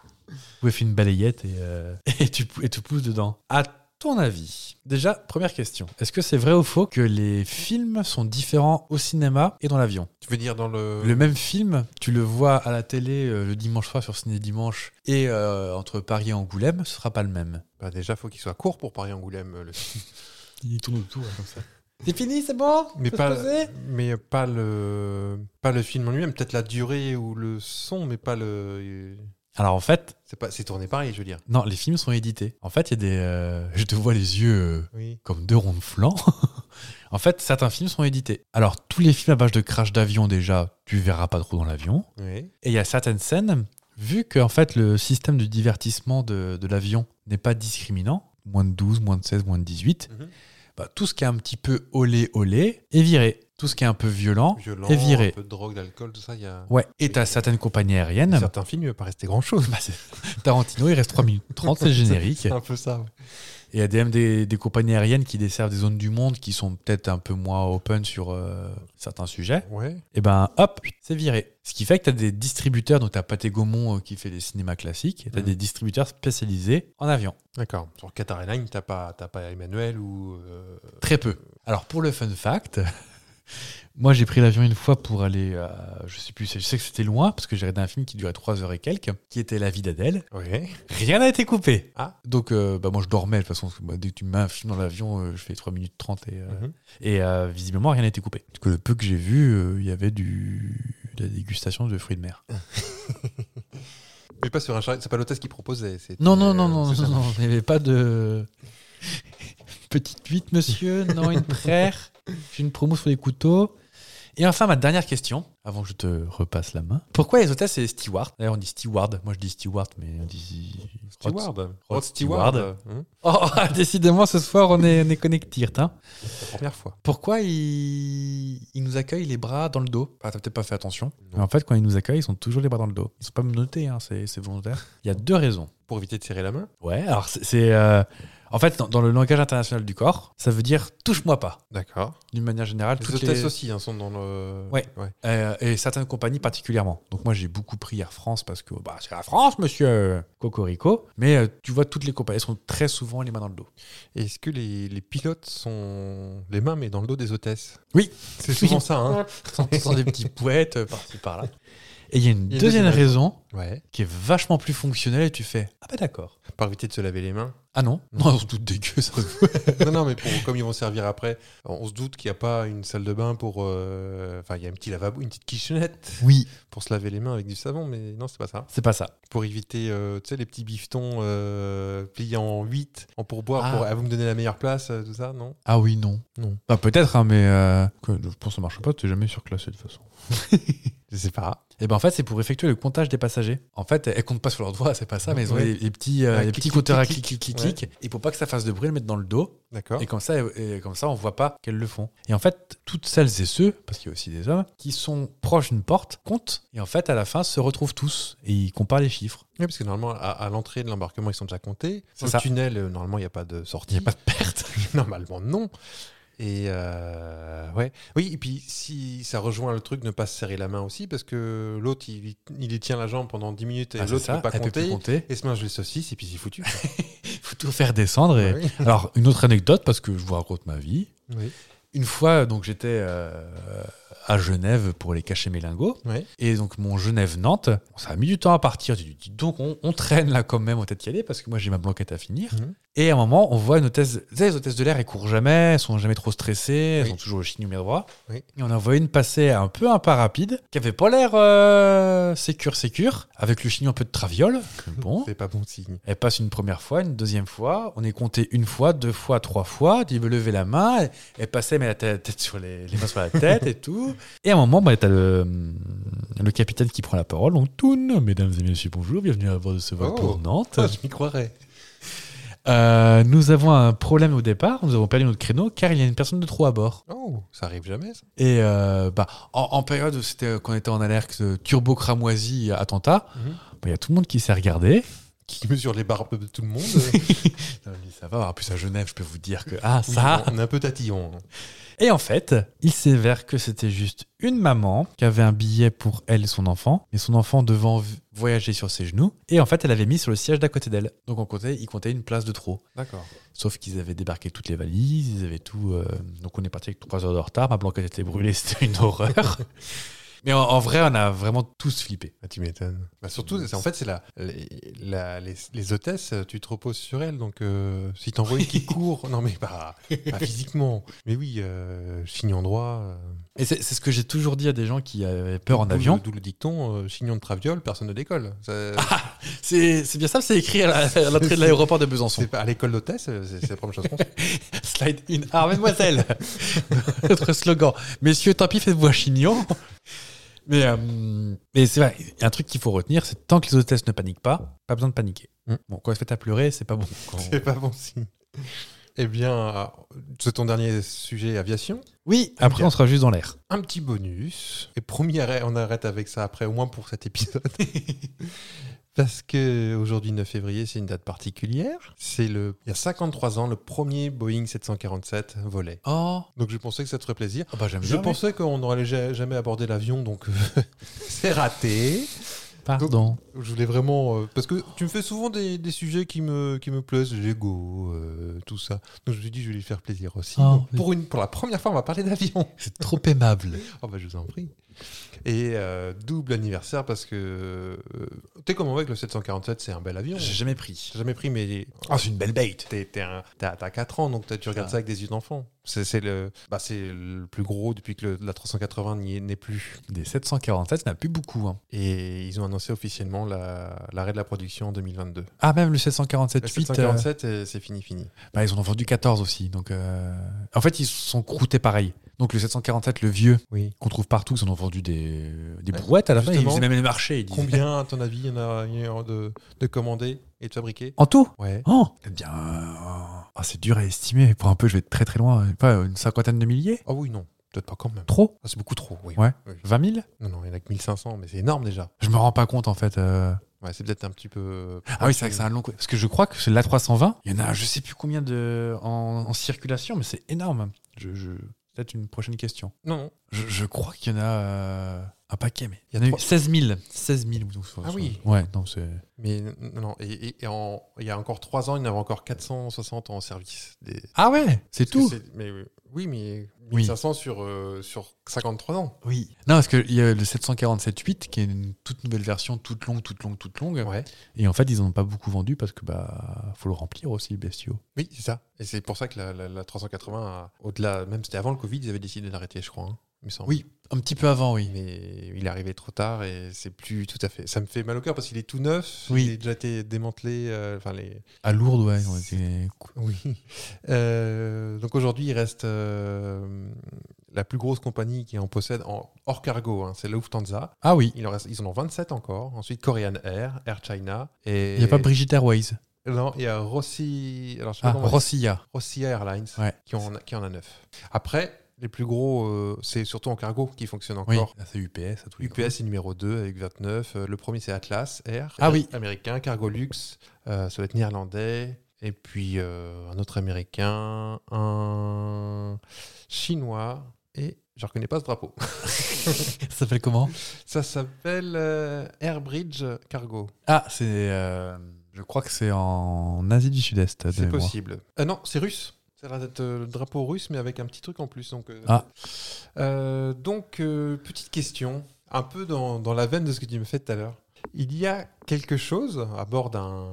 [SPEAKER 4] Vous fait une balayette et, euh, [laughs] et tu pou- et te pousse dedans. À ton avis, déjà, première question. Est-ce que c'est vrai ou faux que les films sont différents au cinéma et dans l'avion
[SPEAKER 5] Tu veux dire dans le.
[SPEAKER 4] Le même film, tu le vois à la télé euh, le dimanche soir sur Ciné Dimanche et euh, entre Paris et Angoulême, ce sera pas le même.
[SPEAKER 5] Bah déjà, faut qu'il soit court pour Paris-Angoulême. euh, Le...
[SPEAKER 4] Il tourne autour comme ça. C'est fini, c'est bon
[SPEAKER 5] Mais
[SPEAKER 4] Faut se
[SPEAKER 5] pas,
[SPEAKER 4] poser
[SPEAKER 5] mais pas le, pas le film en lui-même, peut-être la durée ou le son, mais pas le.
[SPEAKER 4] Alors en fait,
[SPEAKER 5] C'est pas, c'est tourné pareil, je veux dire.
[SPEAKER 4] non, les films sont édités. En fait, il y a des. euh, je te vois les yeux euh,
[SPEAKER 5] Oui.
[SPEAKER 4] comme deux ronds de flanc. [laughs] en fait, certains films sont édités. Alors, tous les films à base de crash d'avion, déjà, tu verras pas trop dans l'avion.
[SPEAKER 5] Oui.
[SPEAKER 4] Et il y a certaines scènes, vu que en fait le système de divertissement de, de l'avion n'est pas discriminant, moins de 12, moins de 16, moins de 18,
[SPEAKER 5] Mhm.
[SPEAKER 4] bah, tout ce qui est un petit peu olé olé est viré. Tout ce qui est un peu violent,
[SPEAKER 5] Violent,
[SPEAKER 4] est viré.
[SPEAKER 5] un peu de drogue, d'alcool, tout ça, il y a.
[SPEAKER 4] Ouais, et t'as certaines compagnies aériennes.
[SPEAKER 5] Certains films, il va pas rester grand-chose.
[SPEAKER 4] Bah, c'est- Tarantino, il reste 3 minutes 30, c'est le générique.
[SPEAKER 5] [laughs]
[SPEAKER 4] [laughs]
[SPEAKER 5] C'est un peu ça. ouais.
[SPEAKER 4] Et il y a des, même des, des compagnies aériennes qui desservent des zones du monde qui sont peut-être un peu moins open sur euh, certains sujets.
[SPEAKER 5] Ouais.
[SPEAKER 4] et ben hop, c'est viré. Ce qui fait que tu as des distributeurs, donc tu as Pathé Gaumont euh, qui fait des cinémas classiques, tu as
[SPEAKER 5] Mhm.
[SPEAKER 4] des distributeurs spécialisés en avion.
[SPEAKER 5] D'accord. Sur Qatar Airlines, t'as pas, t'as pas Emmanuel ou. euh,
[SPEAKER 4] Très peu. Alors pour le fun fact, [laughs] moi j'ai pris l'avion une fois pour aller, à- je sais plus, je sais que c'était loin, parce que j'ai regardé un film qui durait 3 heures et quelques, qui était La vie d'Adèle.
[SPEAKER 5] Ouais.
[SPEAKER 4] Rien n'a été coupé.
[SPEAKER 5] Ah.
[SPEAKER 4] Donc euh, bah, moi je dormais de toute façon, parce que, bah, dès que tu mets un film dans l'avion, euh, je fais 3 minutes 30 et, euh,
[SPEAKER 5] Mhm.
[SPEAKER 4] et euh, visiblement rien n'a été coupé. Parce que le peu que j'ai vu, euh, il y avait du, de la dégustation de fruits de mer.
[SPEAKER 5] Mais pas sur un chariot, c'est pas l'hôtesse qui proposait. c'était,
[SPEAKER 4] Non, non, non,
[SPEAKER 5] euh,
[SPEAKER 4] non,
[SPEAKER 5] c'est ça.
[SPEAKER 4] non, non, il n'y avait pas de. Petite huit, monsieur, non, une prière. J'ai une promo sur les couteaux. Et enfin, ma dernière question, avant que je te repasse la main. Pourquoi les hôtesses et les stewards D'ailleurs, on dit steward. Moi, je dis steward, mais on dit.
[SPEAKER 5] Steward. Rod,
[SPEAKER 4] Rod
[SPEAKER 5] Steward.
[SPEAKER 4] Steward.
[SPEAKER 5] Hein,
[SPEAKER 4] [laughs] Oh, décidément, ce soir, on est, on est connectés, hein.
[SPEAKER 5] la première fois.
[SPEAKER 4] Pourquoi ils il nous accueillent les bras dans le dos Ah, t'as peut-être pas fait attention.
[SPEAKER 5] Non.
[SPEAKER 4] Mais en fait, quand ils nous accueillent, ils sont toujours les bras dans le dos. Ils sont pas me notés, hein, c'est c'est volontaire. Il y a deux raisons.
[SPEAKER 5] Pour éviter de serrer la main.
[SPEAKER 4] Ouais, alors c'est- c'est. euh, en fait, dans, dans le langage international du corps, ça veut dire touche-moi pas.
[SPEAKER 5] D'accord.
[SPEAKER 4] D'une manière générale,
[SPEAKER 5] Les
[SPEAKER 4] toutes
[SPEAKER 5] hôtesses
[SPEAKER 4] les-
[SPEAKER 5] aussi hein, sont dans le.
[SPEAKER 4] Ouais. euh, et certaines compagnies particulièrement. Donc moi, j'ai beaucoup pris Air France parce que bah, c'est la France, monsieur Cocorico. Mais euh, tu vois, toutes les compagnies elles sont très souvent les mains dans le dos. [laughs]
[SPEAKER 5] Est-ce que les, les pilotes sont les mains mais dans le dos des hôtesses
[SPEAKER 4] Oui.
[SPEAKER 5] C'est souvent ça. Hein.
[SPEAKER 4] Sans, sans des petits pouettes euh, par-ci par-là. Et il y a une
[SPEAKER 5] Il y a une
[SPEAKER 4] deuxième
[SPEAKER 5] deuxième
[SPEAKER 4] raison
[SPEAKER 5] Ouais.
[SPEAKER 4] qui est vachement plus fonctionnelle et tu fais ah bah d'accord.
[SPEAKER 5] Pour éviter de se laver les mains.
[SPEAKER 4] Ah non
[SPEAKER 5] Non.
[SPEAKER 4] Non, c'est tout dégueu ça.
[SPEAKER 5] [laughs] non, non, mais pour, comme ils vont servir après, on on se doute qu'il n'y a pas une salle de bain pour. euh, Enfin, il y a un petit lavabo, une petite kitchenette
[SPEAKER 4] oui,
[SPEAKER 5] pour se laver les mains avec du savon, mais non, c'est pas ça.
[SPEAKER 4] c'est pas ça.
[SPEAKER 5] Pour éviter, euh, tu sais, les petits bifetons euh, pliés en 8 en pourboire
[SPEAKER 4] Ah.
[SPEAKER 5] pour. Ah, vous me donnez la meilleure place, euh, tout ça, non
[SPEAKER 4] Ah oui, non.
[SPEAKER 5] Non.
[SPEAKER 4] Bah peut-être, hein, mais euh, que- je pense que ça marche pas, t'es jamais surclassé de toute façon.
[SPEAKER 5] [laughs] Je sais pas.
[SPEAKER 4] Et ben en fait, c'est pour effectuer le comptage des passagers. En fait, elles comptent pas sur leurs doigts, c'est pas ça, mais elles ont
[SPEAKER 5] Ouais.
[SPEAKER 4] les, les petits,
[SPEAKER 5] Ah,
[SPEAKER 4] euh, les
[SPEAKER 5] clic,
[SPEAKER 4] petits
[SPEAKER 5] clic,
[SPEAKER 4] compteurs à
[SPEAKER 5] clic, Ah.
[SPEAKER 4] clic, clic, clic,
[SPEAKER 5] ouais.
[SPEAKER 4] clic. Et pour pas que ça fasse de bruit, elles le mettent dans le dos.
[SPEAKER 5] D'accord.
[SPEAKER 4] Et comme ça, et comme ça, on voit pas qu'elles le font. Et en fait, toutes celles et ceux, parce qu'il y a aussi des hommes, qui sont proches d'une porte, comptent. Et en fait, à la fin, se retrouvent tous et ils comparent les chiffres.
[SPEAKER 5] Oui, parce que normalement, à, à l'entrée de l'embarquement, ils sont déjà comptés.
[SPEAKER 4] C'est
[SPEAKER 5] Au
[SPEAKER 4] ça.
[SPEAKER 5] tunnel, euh, normalement, il n'y a pas de sortie.
[SPEAKER 4] Il n'y a pas de perte.
[SPEAKER 5] [laughs] Normalement, non. Et euh, ouais. Oui, et puis si ça rejoint le truc, ne pas se serrer la main aussi, parce que l'autre, il, il y tient la jambe pendant 10 minutes et
[SPEAKER 4] Ah, c'est
[SPEAKER 5] l'autre ne
[SPEAKER 4] ça,
[SPEAKER 5] peut pas
[SPEAKER 4] elle peut plus
[SPEAKER 5] compter.
[SPEAKER 4] compter.
[SPEAKER 5] et se mange les saucisses, et puis c'est foutu.
[SPEAKER 4] Faut tout faire descendre. Et...
[SPEAKER 5] Ah oui.
[SPEAKER 4] Alors, une autre anecdote, parce que je vous raconte ma vie.
[SPEAKER 5] Oui.
[SPEAKER 4] Une fois, donc j'étais euh, à Genève pour aller cacher mes lingots.
[SPEAKER 5] Ouais.
[SPEAKER 4] Et donc mon Genève-Nantes, bon, ça a mis du temps à partir. J'ai dit, dis donc on, on traîne là quand même, on va peut-être y aller parce que moi j'ai ma blanquette à finir.
[SPEAKER 5] Mhm.
[SPEAKER 4] Et à un moment, on voit une hôtesse. Vous savez, les hôtesses de l'air, elles courent jamais, elles sont jamais trop stressées, elles
[SPEAKER 5] Oui.
[SPEAKER 4] sont toujours au chignon bien droit.
[SPEAKER 5] Oui.
[SPEAKER 4] Et on en voit une passer un peu un pas rapide, qui avait pas l'air euh, sécure, sécure, avec le chignon un peu de traviole. Bon.
[SPEAKER 5] [laughs] C'est pas bon signe.
[SPEAKER 4] Elle passe une première fois, une deuxième fois, on est compté une fois, deux fois, trois fois, elle me lever la main, elle, elle passait, mais la tête, la tête sur les, les mains sur la tête et tout. Et à un moment, bah, t'as le, le capitaine qui prend la parole, donc Toon, mesdames et messieurs, bonjour, bienvenue à bord de ce vol
[SPEAKER 5] Oh.
[SPEAKER 4] pour Nantes.
[SPEAKER 5] Ah, je m'y croirais.
[SPEAKER 4] Euh, nous avons un problème au départ, nous avons perdu notre créneau car il y a une personne de trop à bord.
[SPEAKER 5] Oh, ça arrive jamais, ça.
[SPEAKER 4] Et euh, bah, en, en période où c'était euh, qu'on était en alerte euh, turbo cramoisi attentat, bah, il
[SPEAKER 5] Mhm.
[SPEAKER 4] y a tout le monde qui s'est regardé.
[SPEAKER 5] Qui mesure les barbes de tout le monde.
[SPEAKER 4] Non, mais ça va, en plus à Genève, je peux vous dire que ah [laughs] ça.
[SPEAKER 5] Oui, on est un peu tatillon.
[SPEAKER 4] Et en fait, il s'avère que c'était juste une maman qui avait un billet pour elle et son enfant, mais son enfant devant v- voyager sur ses genoux. Et en fait, elle avait mis sur le siège d'à côté d'elle. Donc on comptait, il comptait une place de trop.
[SPEAKER 5] D'accord.
[SPEAKER 4] Sauf qu'ils avaient débarqué toutes les valises, [laughs] ils avaient tout. euh, donc on est parti avec trois heures de retard. Ma blanquette était brûlée, c'était une horreur. Mais en, en vrai, on a vraiment tous flippé.
[SPEAKER 5] Ah, tu m'étonnes. Bah, surtout, c'est- en fait, c'est la, les, la- les, les hôtesses, euh, tu te reposes sur elles. Donc, euh, si t'en vois une [laughs] qui court, non, mais pas, pas physiquement. Mais oui, euh, chignon droit. euh,
[SPEAKER 4] Et c'est c'est ce que j'ai toujours dit à des gens qui avaient peur en
[SPEAKER 5] d'où le-
[SPEAKER 4] avion. Ah,
[SPEAKER 5] D'où le dicton, euh, chignon de traviole, personne ne décolle. Ça-
[SPEAKER 4] C'est c'est bien ça, c'est écrit à la- à l'entrée de l'aéroport de Besançon.
[SPEAKER 5] c'est pas à l'école d'hôtesse, c'est c'est la première chose
[SPEAKER 4] [laughs]
[SPEAKER 5] qu'on sait.
[SPEAKER 4] Slide in, ah mademoiselle [laughs] Notre slogan. Messieurs, tant pis, faites-vous un chignon. Mais, euh, mais c'est vrai, un truc qu'il faut retenir, c'est tant que les hôtesses ne paniquent pas, pas besoin de paniquer.
[SPEAKER 5] Mm.
[SPEAKER 4] Bon, quand elles se mettent à pleurer, [laughs] c'est pas bon. Quand-
[SPEAKER 5] C'est pas bon signe. Eh bien, c'est ton dernier sujet aviation.
[SPEAKER 4] Oui, après, on sera juste dans l'air.
[SPEAKER 5] un petit bonus. Et promis, arrête- on arrête avec ça après, au moins pour cet épisode. [laughs] Parce que aujourd'hui, 9 février, c'est une date particulière. C'est le, il y a 53 ans, le premier Boeing 747 volait.
[SPEAKER 4] Oh,
[SPEAKER 5] Donc je pensais que ça te ferait plaisir.
[SPEAKER 4] ah bah j'aime
[SPEAKER 5] Je
[SPEAKER 4] bien. mais-
[SPEAKER 5] pensais qu'on n'aurait ja- jamais abordé l'avion, donc euh, [laughs] c'est raté.
[SPEAKER 4] Pardon.
[SPEAKER 5] Je voulais vraiment. euh, parce que tu me fais souvent des, des sujets qui me, qui me plaisent, l'ego, euh, tout ça. Donc je me suis dit, je vais lui faire plaisir aussi.
[SPEAKER 4] Ah,
[SPEAKER 5] Donc, pour, une, pour la première fois, on va parler d'avion.
[SPEAKER 4] C'est trop aimable.
[SPEAKER 5] Oh bah je vous en prie. Et euh, double anniversaire parce que euh, t'es comme moi avec le 747, c'est un bel avion.
[SPEAKER 4] J'ai
[SPEAKER 5] J'ai
[SPEAKER 4] jamais pris.
[SPEAKER 5] jamais pris, mais
[SPEAKER 4] Oh, c'est une belle bête.
[SPEAKER 5] t'es- t'es un- t'as t'as 4 ans, donc t'as- tu regardes
[SPEAKER 4] Ah.
[SPEAKER 5] ça avec des yeux d'enfant. C'est c'est le, bah, c'est le plus gros depuis que le- la 380 n'y est- n'est plus.
[SPEAKER 4] Des 747, il n'y en a plus beaucoup. hein.
[SPEAKER 5] Et ils ont annoncé officiellement la- l'arrêt de la production en 2022.
[SPEAKER 4] Ah, même le
[SPEAKER 5] Le
[SPEAKER 4] 747 8,
[SPEAKER 5] 747, euh, c'est fini, fini.
[SPEAKER 4] bah, ils en ont vendu 14 aussi. Donc, euh, En fait, ils se sont croûtés pareil. Donc le 747, le vieux,
[SPEAKER 5] Oui.
[SPEAKER 4] qu'on trouve partout, ils en ont vendu des, des
[SPEAKER 5] Ouais,
[SPEAKER 4] brouettes à la fin. Ils
[SPEAKER 5] justement.
[SPEAKER 4] faisaient même les marchés. ils disaient. [laughs]
[SPEAKER 5] Combien, à ton avis, il y en a, il y en a de, de commandés et de fabriqués
[SPEAKER 4] En tout
[SPEAKER 5] Ouais.
[SPEAKER 4] Oh Eh bien, euh, ah, c'est dur à estimer. Pour un peu, je vais être très très loin. Pas une cinquantaine de milliers
[SPEAKER 5] Ah oui, non. Peut-être pas quand même.
[SPEAKER 4] Trop
[SPEAKER 5] Ah, c'est beaucoup trop, oui.
[SPEAKER 4] Ouais.
[SPEAKER 5] Oui.
[SPEAKER 4] 20 000
[SPEAKER 5] Non, non, il n'y en a que 1500, mais c'est énorme déjà.
[SPEAKER 4] Je me rends pas compte en fait. euh.
[SPEAKER 5] Ouais, c'est peut-être un petit peu.
[SPEAKER 4] Ah oui, c'est vrai que c'est un long. Parce que je crois que c'est l'A320. Il y en a je sais plus combien de... en, en circulation, mais c'est énorme. Je, je- Peut-être une prochaine question.
[SPEAKER 5] Non, non.
[SPEAKER 4] Je, je crois qu'il y en a euh, un paquet, mais.
[SPEAKER 5] Il y a
[SPEAKER 4] en
[SPEAKER 5] trois-
[SPEAKER 4] 16 000. 16 000. donc, sur-
[SPEAKER 5] Ah
[SPEAKER 4] sur-
[SPEAKER 5] oui.
[SPEAKER 4] Ouais, non, c'est.
[SPEAKER 5] Mais n- non, et, et- et en- il y a encore 3 ans, il y en avait encore 460 en service. Des...
[SPEAKER 4] Ah ouais, c'est
[SPEAKER 5] Parce
[SPEAKER 4] tout.
[SPEAKER 5] que c'est- Mais euh, oui, mais
[SPEAKER 4] Oui.
[SPEAKER 5] 1500 sur, euh, sur 53 ans.
[SPEAKER 4] Oui. Non, parce qu'il y a le 747-8 qui est une toute nouvelle version, toute longue, toute longue, toute longue.
[SPEAKER 5] Ouais.
[SPEAKER 4] Et en fait, ils n'en ont pas beaucoup vendu parce que bah faut le remplir aussi, le bestiau.
[SPEAKER 5] Oui, c'est ça. Et c'est pour ça que la, la- la 380, a- au-delà, même c'était avant le Covid, ils avaient décidé d'arrêter, je crois. hein, il me semble.
[SPEAKER 4] Oui, un petit peu avant, oui.
[SPEAKER 5] Mais il est arrivé trop tard et c'est plus tout à fait. Ça me fait mal au cœur parce qu'il est tout neuf.
[SPEAKER 4] Oui.
[SPEAKER 5] Il a déjà été démantelé. euh, Enfin, les,
[SPEAKER 4] À Lourdes, ouais. ils ont été-
[SPEAKER 5] Oui. Euh, donc aujourd'hui, il reste euh, la plus grosse compagnie qui en possède en, hors cargo, hein, c'est Lufthansa.
[SPEAKER 4] Ah oui.
[SPEAKER 5] Il en reste, ils en ont 27 encore. Ensuite, Korean Air, Air China. Et
[SPEAKER 4] Il n'y a pas Brigitte Airways.
[SPEAKER 5] Non, il y a Rossi. Alors, je sais pas
[SPEAKER 4] Ah,
[SPEAKER 5] comment-
[SPEAKER 4] Rossilla.
[SPEAKER 5] Rossia Airlines
[SPEAKER 4] Ouais.
[SPEAKER 5] qui, en a, qui en a 9. Après, les plus gros, euh, c'est surtout en cargo qui fonctionne
[SPEAKER 4] Oui.
[SPEAKER 5] encore.
[SPEAKER 4] Ah, c'est UPS, à tous les coups.
[SPEAKER 5] UPS est numéro 2 avec 29. Euh, Le premier, c'est Atlas Air.
[SPEAKER 4] Ah oui.
[SPEAKER 5] Américain, Cargo Lux. euh, ça va être néerlandais. Et puis euh, un autre américain, un chinois. Et je reconnais pas ce drapeau. [laughs]
[SPEAKER 4] Ça s'appelle comment
[SPEAKER 5] Ça s'appelle euh, Airbridge Cargo.
[SPEAKER 4] Ah, c'est. euh, je crois que c'est en Asie du Sud-Est. de
[SPEAKER 5] C'est
[SPEAKER 4] mémoire.
[SPEAKER 5] possible. Ah non, c'est russe. Ça a l'air d'être euh, le drapeau russe, mais avec un petit truc en plus. Donc, euh,
[SPEAKER 4] Ah.
[SPEAKER 5] euh, donc euh, petite question, un peu dans, dans la veine de ce que tu me fais tout à l'heure. Il y a quelque chose à bord d'un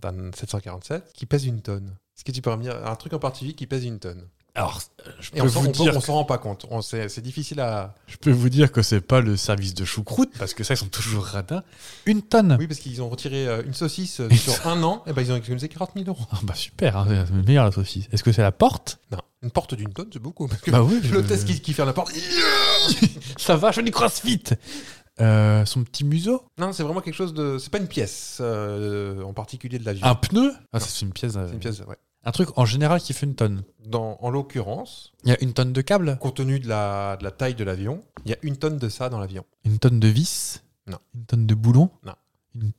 [SPEAKER 5] d'un 747 qui pèse une tonne. Est-ce que tu peux me dire un truc en particulier qui pèse une tonne
[SPEAKER 4] Alors, je
[SPEAKER 5] Et
[SPEAKER 4] peux,
[SPEAKER 5] on s'en
[SPEAKER 4] vous
[SPEAKER 5] on peut-
[SPEAKER 4] dire,
[SPEAKER 5] on s'en rend pas compte. On- C'est c'est difficile à.
[SPEAKER 4] je peux vous dire que c'est pas le service de choucroute, parce que ça, ils sont toujours radins. Une tonne
[SPEAKER 5] Oui, parce qu'ils ont retiré euh, une
[SPEAKER 4] [laughs]
[SPEAKER 5] saucisse euh, sur un an, et ben ils ont économisé 40 000 euros.
[SPEAKER 4] Ah bah super, hein, c'est meilleur la saucisse. Est-ce que c'est la porte
[SPEAKER 5] Non, une porte d'une tonne, c'est beaucoup. Parce que
[SPEAKER 4] Bah oui.
[SPEAKER 5] [laughs] l'hôtesse qui, qui ferme la porte.
[SPEAKER 4] Ça va, je fais du crossfit Euh, Son petit museau
[SPEAKER 5] Non, c'est vraiment quelque chose de. C'est pas une pièce euh, en particulier de l'avion.
[SPEAKER 4] Un pneu ah, ça, C'est une pièce. euh,
[SPEAKER 5] C'est une pièce, ouais.
[SPEAKER 4] Un truc en général qui fait une tonne.
[SPEAKER 5] Dans, en l'occurrence,
[SPEAKER 4] Il y a une tonne de câble
[SPEAKER 5] compte tenu de la, de la taille de l'avion, il y a une tonne de ça dans l'avion.
[SPEAKER 4] Une tonne de vis
[SPEAKER 5] Non.
[SPEAKER 4] Une tonne de boulons
[SPEAKER 5] Non.
[SPEAKER 4] Une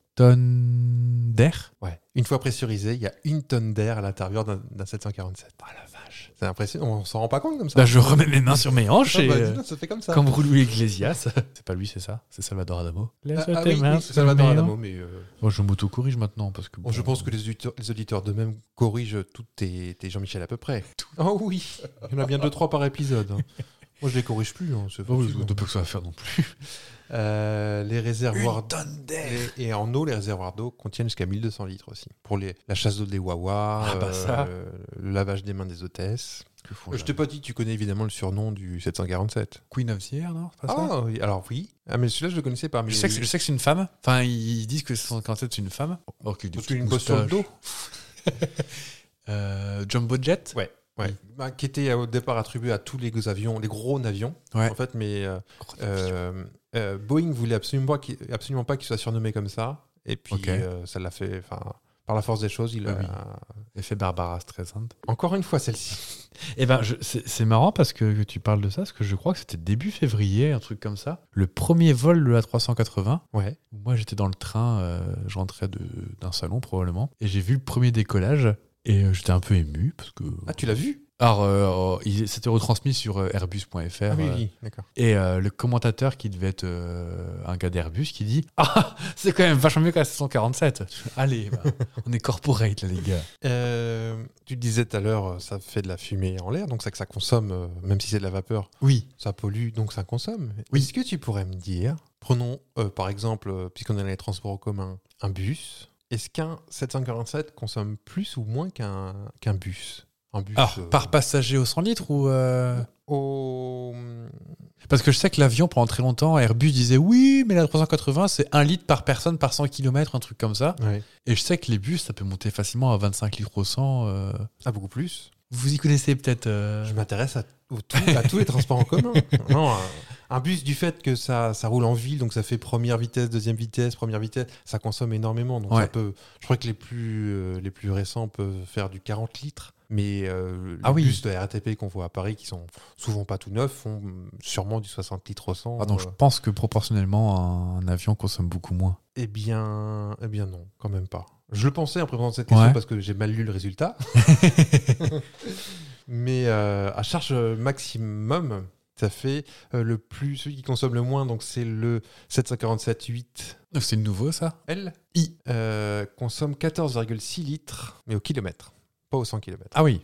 [SPEAKER 4] tonne d'air
[SPEAKER 5] Ouais. Une fois pressurisé, il y a une tonne d'air à l'intérieur d'un d'un 747. Ah la vache. C'est impressionnant, on s'en rend pas compte comme ça.
[SPEAKER 4] Là, Bah, je remets mes mains sur mes hanches
[SPEAKER 5] Ah,
[SPEAKER 4] et.
[SPEAKER 5] bah,
[SPEAKER 4] euh,
[SPEAKER 5] dis donc, ça fait comme ça.
[SPEAKER 4] Comme Roulou Iglesias. [laughs] C'est pas lui, c'est ça C'est Salvador Adamo
[SPEAKER 5] Ah, ah oui, oui, Salvador Adamo, mais euh,
[SPEAKER 4] Bon, je m'auto-corrige maintenant parce que.
[SPEAKER 5] bon, je pense que les auditeurs, les auditeurs d'eux-mêmes
[SPEAKER 4] [laughs]
[SPEAKER 5] corrigent tous tes, tes Jean-Michel à peu près. Oh oui, il y en a bien deux, trois par épisode. hein. Moi, je les corrige plus. hein,
[SPEAKER 4] Oh
[SPEAKER 5] c'est fatigant.
[SPEAKER 4] pas que ça va faire non plus.
[SPEAKER 5] Euh, les réservoirs
[SPEAKER 4] Une tonne d'air
[SPEAKER 5] Et, et en eau, les réservoirs d'eau contiennent jusqu'à 1200 litres aussi. Pour les, la chasse d'eau des Wawa,
[SPEAKER 4] Ah bah ça.
[SPEAKER 5] euh, le lavage des mains des hôtesses.
[SPEAKER 4] Que font
[SPEAKER 5] Euh, Je t'ai pas dit, tu connais évidemment le surnom du 747.
[SPEAKER 4] Queen of the Air, non C'est pas ça
[SPEAKER 5] Ah, oui, alors oui. Ah, mais celui-là, je le connaissais parmi
[SPEAKER 4] je
[SPEAKER 5] les-
[SPEAKER 4] sais, que, c'est- je sais que c'est une femme. Enfin, ils disent que 157 c'est une femme. Oh, qu'il y a des
[SPEAKER 5] Parce qu'il a une
[SPEAKER 4] petites
[SPEAKER 5] posture
[SPEAKER 4] moustaches.
[SPEAKER 5] d'eau.
[SPEAKER 4] Euh, Jumbo Jet
[SPEAKER 5] Ouais. ouais. Bah, qui était euh, au départ attribué à tous les avions, les gros navions.
[SPEAKER 4] Ouais.
[SPEAKER 5] En fait, mais euh, euh, euh, Boeing voulait absolument pas qu'il absolument pas qu'il soit surnommé comme ça. Et puis,
[SPEAKER 4] Ok.
[SPEAKER 5] euh, ça l'a fait. enfin, Par la force des choses, il
[SPEAKER 4] Ah
[SPEAKER 5] a.
[SPEAKER 4] oui. Effet Barbara Streisand.
[SPEAKER 5] Encore une fois, celle-ci.
[SPEAKER 4] Eh ben, je- c'est c'est marrant parce que, que tu parles de ça, parce que je crois que c'était début février, un truc comme ça. Le premier vol de la 380,
[SPEAKER 5] Ouais.
[SPEAKER 4] moi j'étais dans le train, euh, je rentrais de- d'un salon probablement, et j'ai vu le premier décollage, et euh, j'étais un peu ému parce que.
[SPEAKER 5] Ah, tu l'as vu
[SPEAKER 4] Alors, euh, euh, il- c'était retransmis sur euh, Airbus.fr.
[SPEAKER 5] Ah oui,
[SPEAKER 4] euh,
[SPEAKER 5] oui, d'accord.
[SPEAKER 4] Et euh, le commentateur qui devait être euh, un gars d'Airbus qui dit [laughs] Ah, c'est quand même vachement mieux que la 747. Allez, bah, on est corporate là, les gars.
[SPEAKER 5] Euh, tu disais tout à l'heure, euh, ça fait de la fumée en l'air, donc ça que ça consomme, euh, même si c'est de la vapeur,
[SPEAKER 4] Oui.
[SPEAKER 5] ça pollue, donc ça consomme.
[SPEAKER 4] Oui.
[SPEAKER 5] Est-ce que tu pourrais me dire, prenons euh, par exemple, euh, puisqu'on est dans les transports en commun, un bus, est-ce qu'un 747 consomme plus ou moins qu'un qu'un bus Un bus
[SPEAKER 4] Alors,
[SPEAKER 5] euh,
[SPEAKER 4] par passager au 100 litres ou. euh,
[SPEAKER 5] au...
[SPEAKER 4] Parce que je sais que l'avion, pendant très longtemps, Airbus disait Oui, mais la 380, c'est 1 litre par personne par 100 km, un truc comme ça.
[SPEAKER 5] Ouais.
[SPEAKER 4] Et je sais que les bus, ça peut monter facilement à 25 litres au 100. euh.
[SPEAKER 5] Ah, beaucoup plus
[SPEAKER 4] Vous y connaissez peut-être. euh,
[SPEAKER 5] Je m'intéresse à, au tout- à tous les transports en
[SPEAKER 4] [laughs]
[SPEAKER 5] commun. Non, un, un bus, du fait que ça, ça roule en ville, donc ça fait première vitesse, deuxième vitesse, première vitesse, ça consomme énormément. Donc
[SPEAKER 4] Ouais.
[SPEAKER 5] ça peut, je crois que les plus, euh, les plus récents peuvent faire du 40 litres. Mais euh, les
[SPEAKER 4] Ah oui.
[SPEAKER 5] bus de la RATP qu'on voit à Paris, qui sont souvent pas tout neufs, font mm, sûrement du 60 litres au 100.
[SPEAKER 4] Pardon,
[SPEAKER 5] euh,
[SPEAKER 4] Ah je pense que proportionnellement, un avion consomme beaucoup moins.
[SPEAKER 5] eh bien, eh bien non, quand même pas. Je le pensais en préparant cette question
[SPEAKER 4] Ouais.
[SPEAKER 5] parce que j'ai mal lu le
[SPEAKER 4] [laughs]
[SPEAKER 5] résultat. [laughs] Mais euh, à charge maximum, ça fait euh, le plus, celui qui consomme le moins, donc c'est le 747-8L,
[SPEAKER 4] Donc, C'est nouveau, ça
[SPEAKER 5] I, euh, consomme 14,6 litres, mais au kilomètre, pas au 100 km.
[SPEAKER 4] Ah oui.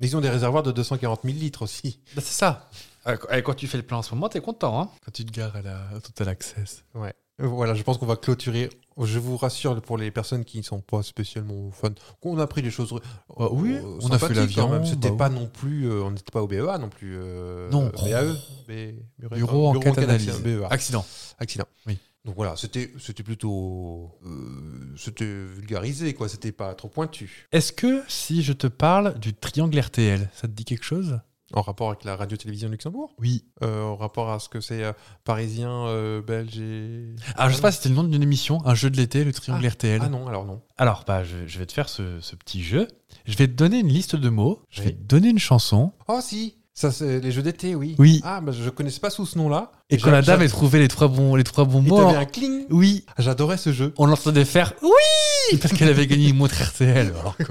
[SPEAKER 5] Mais ils ont des réservoirs de 240 000 litres aussi.
[SPEAKER 4] Bah, c'est ça. Euh, qu- euh, Quand tu fais le plein en ce moment, t'es content. Hein quand tu te gares à la à Total Access.
[SPEAKER 5] Euh, Voilà, je pense qu'on va clôturer. Je vous rassure pour les personnes qui ne sont pas spécialement fans, qu'on a pris des choses
[SPEAKER 4] Bah oui,
[SPEAKER 5] Euh,
[SPEAKER 4] on a fait
[SPEAKER 5] sympathique,
[SPEAKER 4] l'avion,
[SPEAKER 5] quand même. C'était pas
[SPEAKER 4] bah
[SPEAKER 5] non plus, euh, on n'était pas au BEA non plus. euh,
[SPEAKER 4] Non.
[SPEAKER 5] BAE. B- Bureau,
[SPEAKER 4] Bureau
[SPEAKER 5] Bureau
[SPEAKER 4] enquête
[SPEAKER 5] d'analyse,
[SPEAKER 4] analyse.
[SPEAKER 5] BEA.
[SPEAKER 4] Accident.
[SPEAKER 5] E Accident.
[SPEAKER 4] Oui.
[SPEAKER 5] Donc voilà, c'était c'était plutôt euh, c'était vulgarisé quoi, c'était pas trop pointu
[SPEAKER 4] Est-ce que si je te parle du triangle RTL, ça te dit quelque chose
[SPEAKER 5] en rapport avec la radio-télévision de Luxembourg,
[SPEAKER 4] Oui.
[SPEAKER 5] euh, en rapport à ce que c'est euh, parisien, euh, belge et
[SPEAKER 4] Alors, Ah, je sais pas, c'était le nom d'une émission, un jeu de l'été, le triangle RTL.
[SPEAKER 5] ah non alors non
[SPEAKER 4] Alors, bah, je, je vais te faire ce, ce petit jeu. Je vais te donner une liste de mots. Je vais
[SPEAKER 5] Oui.
[SPEAKER 4] te donner une chanson.
[SPEAKER 5] oh si ça c'est les jeux d'été oui
[SPEAKER 4] Oui.
[SPEAKER 5] ah bah, je connaissais pas sous ce nom là
[SPEAKER 4] Et quand la dame ait trouvé les trois bons, les trois bons mots.
[SPEAKER 5] un cling
[SPEAKER 4] Oui.
[SPEAKER 5] j'adorais ce jeu
[SPEAKER 4] On l'entendait faire oui parce qu'elle avait gagné une montre RTL. Alors
[SPEAKER 5] [laughs]
[SPEAKER 4] que.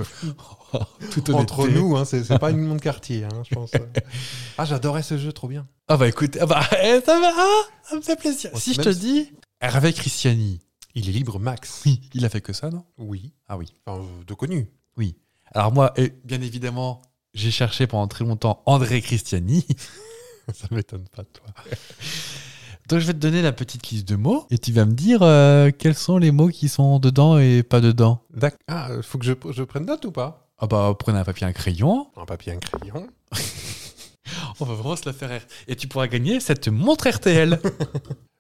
[SPEAKER 4] Tout
[SPEAKER 5] Entre
[SPEAKER 4] honnêteté.
[SPEAKER 5] nous, hein, c'est c'est pas une nom de quartier, hein, je [laughs] pense. ah, j'adorais ce jeu, trop bien.
[SPEAKER 4] Ah bah écoute, ah bah, [laughs] eh, ça va, hein ça me fait plaisir.
[SPEAKER 5] Bon,
[SPEAKER 4] si je
[SPEAKER 5] même
[SPEAKER 4] te
[SPEAKER 5] si-
[SPEAKER 4] dis Hervé Christiani,
[SPEAKER 5] Il est libre, Max.
[SPEAKER 4] oui, il a fait que ça, non
[SPEAKER 5] Oui.
[SPEAKER 4] Ah oui.
[SPEAKER 5] Enfin, euh, de connu.
[SPEAKER 4] Alors moi, et bien évidemment, j'ai cherché pendant très longtemps André Christiani. [laughs]
[SPEAKER 5] Ça m'étonne pas de toi.
[SPEAKER 4] Donc je vais te donner la petite liste de mots et tu vas me dire euh, quels sont les mots qui sont dedans et pas dedans.
[SPEAKER 5] D'accord. Ah, euh, faut que je, je prenne note ou pas
[SPEAKER 4] Ah bah prenez un papier, un crayon.
[SPEAKER 5] Un papier, un crayon.
[SPEAKER 4] On va vraiment se la faire. rire. Et tu pourras gagner cette montre RTL.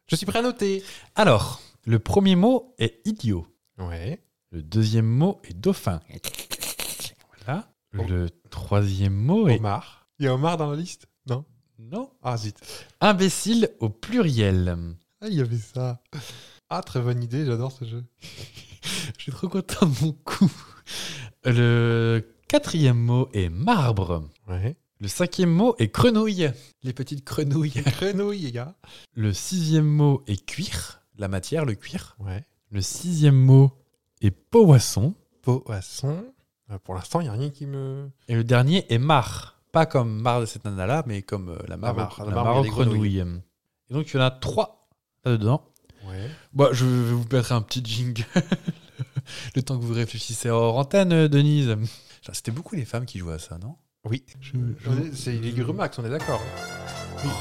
[SPEAKER 5] Je suis prêt à noter.
[SPEAKER 4] Alors, le premier mot est idiot.
[SPEAKER 5] Ouais.
[SPEAKER 4] Le deuxième mot est dauphin. Voilà. Le troisième mot
[SPEAKER 5] Oh
[SPEAKER 4] est...
[SPEAKER 5] Omar. Il y a Omar dans la liste Non
[SPEAKER 4] Non.
[SPEAKER 5] Ah, zut.
[SPEAKER 4] Imbécile au pluriel.
[SPEAKER 5] Ah, il y avait ça. Ah, très bonne idée, j'adore ce jeu.
[SPEAKER 4] Je suis trop content de mon coup. Le quatrième mot est marbre.
[SPEAKER 5] Ouais.
[SPEAKER 4] Le cinquième mot est grenouille. Les petites grenouilles.
[SPEAKER 5] Grenouille, les gars.
[SPEAKER 4] Le sixième mot est cuir. La matière, le cuir.
[SPEAKER 5] Ouais.
[SPEAKER 4] Le sixième mot est poisson.
[SPEAKER 5] Poisson. Euh, Pour l'instant, il n'y a rien qui me.
[SPEAKER 4] Et le dernier est marre. Pas comme marre de cette nana-là, mais comme euh, la marre,
[SPEAKER 5] marre,
[SPEAKER 4] au-
[SPEAKER 5] la
[SPEAKER 4] la
[SPEAKER 5] marre où il y
[SPEAKER 4] marre
[SPEAKER 5] a
[SPEAKER 4] aux
[SPEAKER 5] des grenouilles.
[SPEAKER 4] grenouilles. Et donc, il y en a trois là-dedans.
[SPEAKER 5] Ouais.
[SPEAKER 4] Bah, je vais vous mettre un petit jingle [laughs] le temps que vous réfléchissez hors antenne, euh, Denise. Putain, C'était beaucoup les femmes qui jouaient à ça, non
[SPEAKER 5] Oui.
[SPEAKER 4] Je- je-
[SPEAKER 5] C'est les Max, on est d'accord.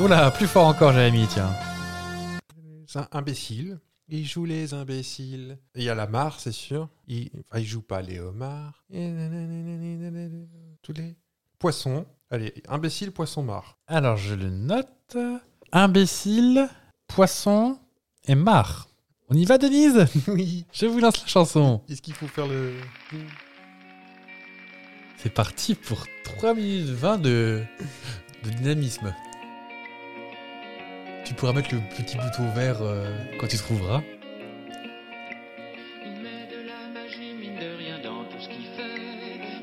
[SPEAKER 4] Oula, plus fort encore, Jérémy, tiens.
[SPEAKER 5] C'est un imbécile. Il joue les imbéciles. Il y a la mare, c'est sûr. Il, enfin, il joue pas les homards. Tous les poissons. Allez, imbécile, poisson, mare.
[SPEAKER 4] Alors, je le note. Imbécile, poisson et marre. On y va, Denise
[SPEAKER 5] Oui.
[SPEAKER 4] Je vous lance la chanson.
[SPEAKER 5] Est-ce qu'il faut faire le.
[SPEAKER 4] C'est parti pour 3 minutes 20 de, de dynamisme. Tu pourras mettre le petit bouton vert euh, quand tu trouveras.
[SPEAKER 8] Il met de la magie, mine de rien, dans tout ce qu'il fait.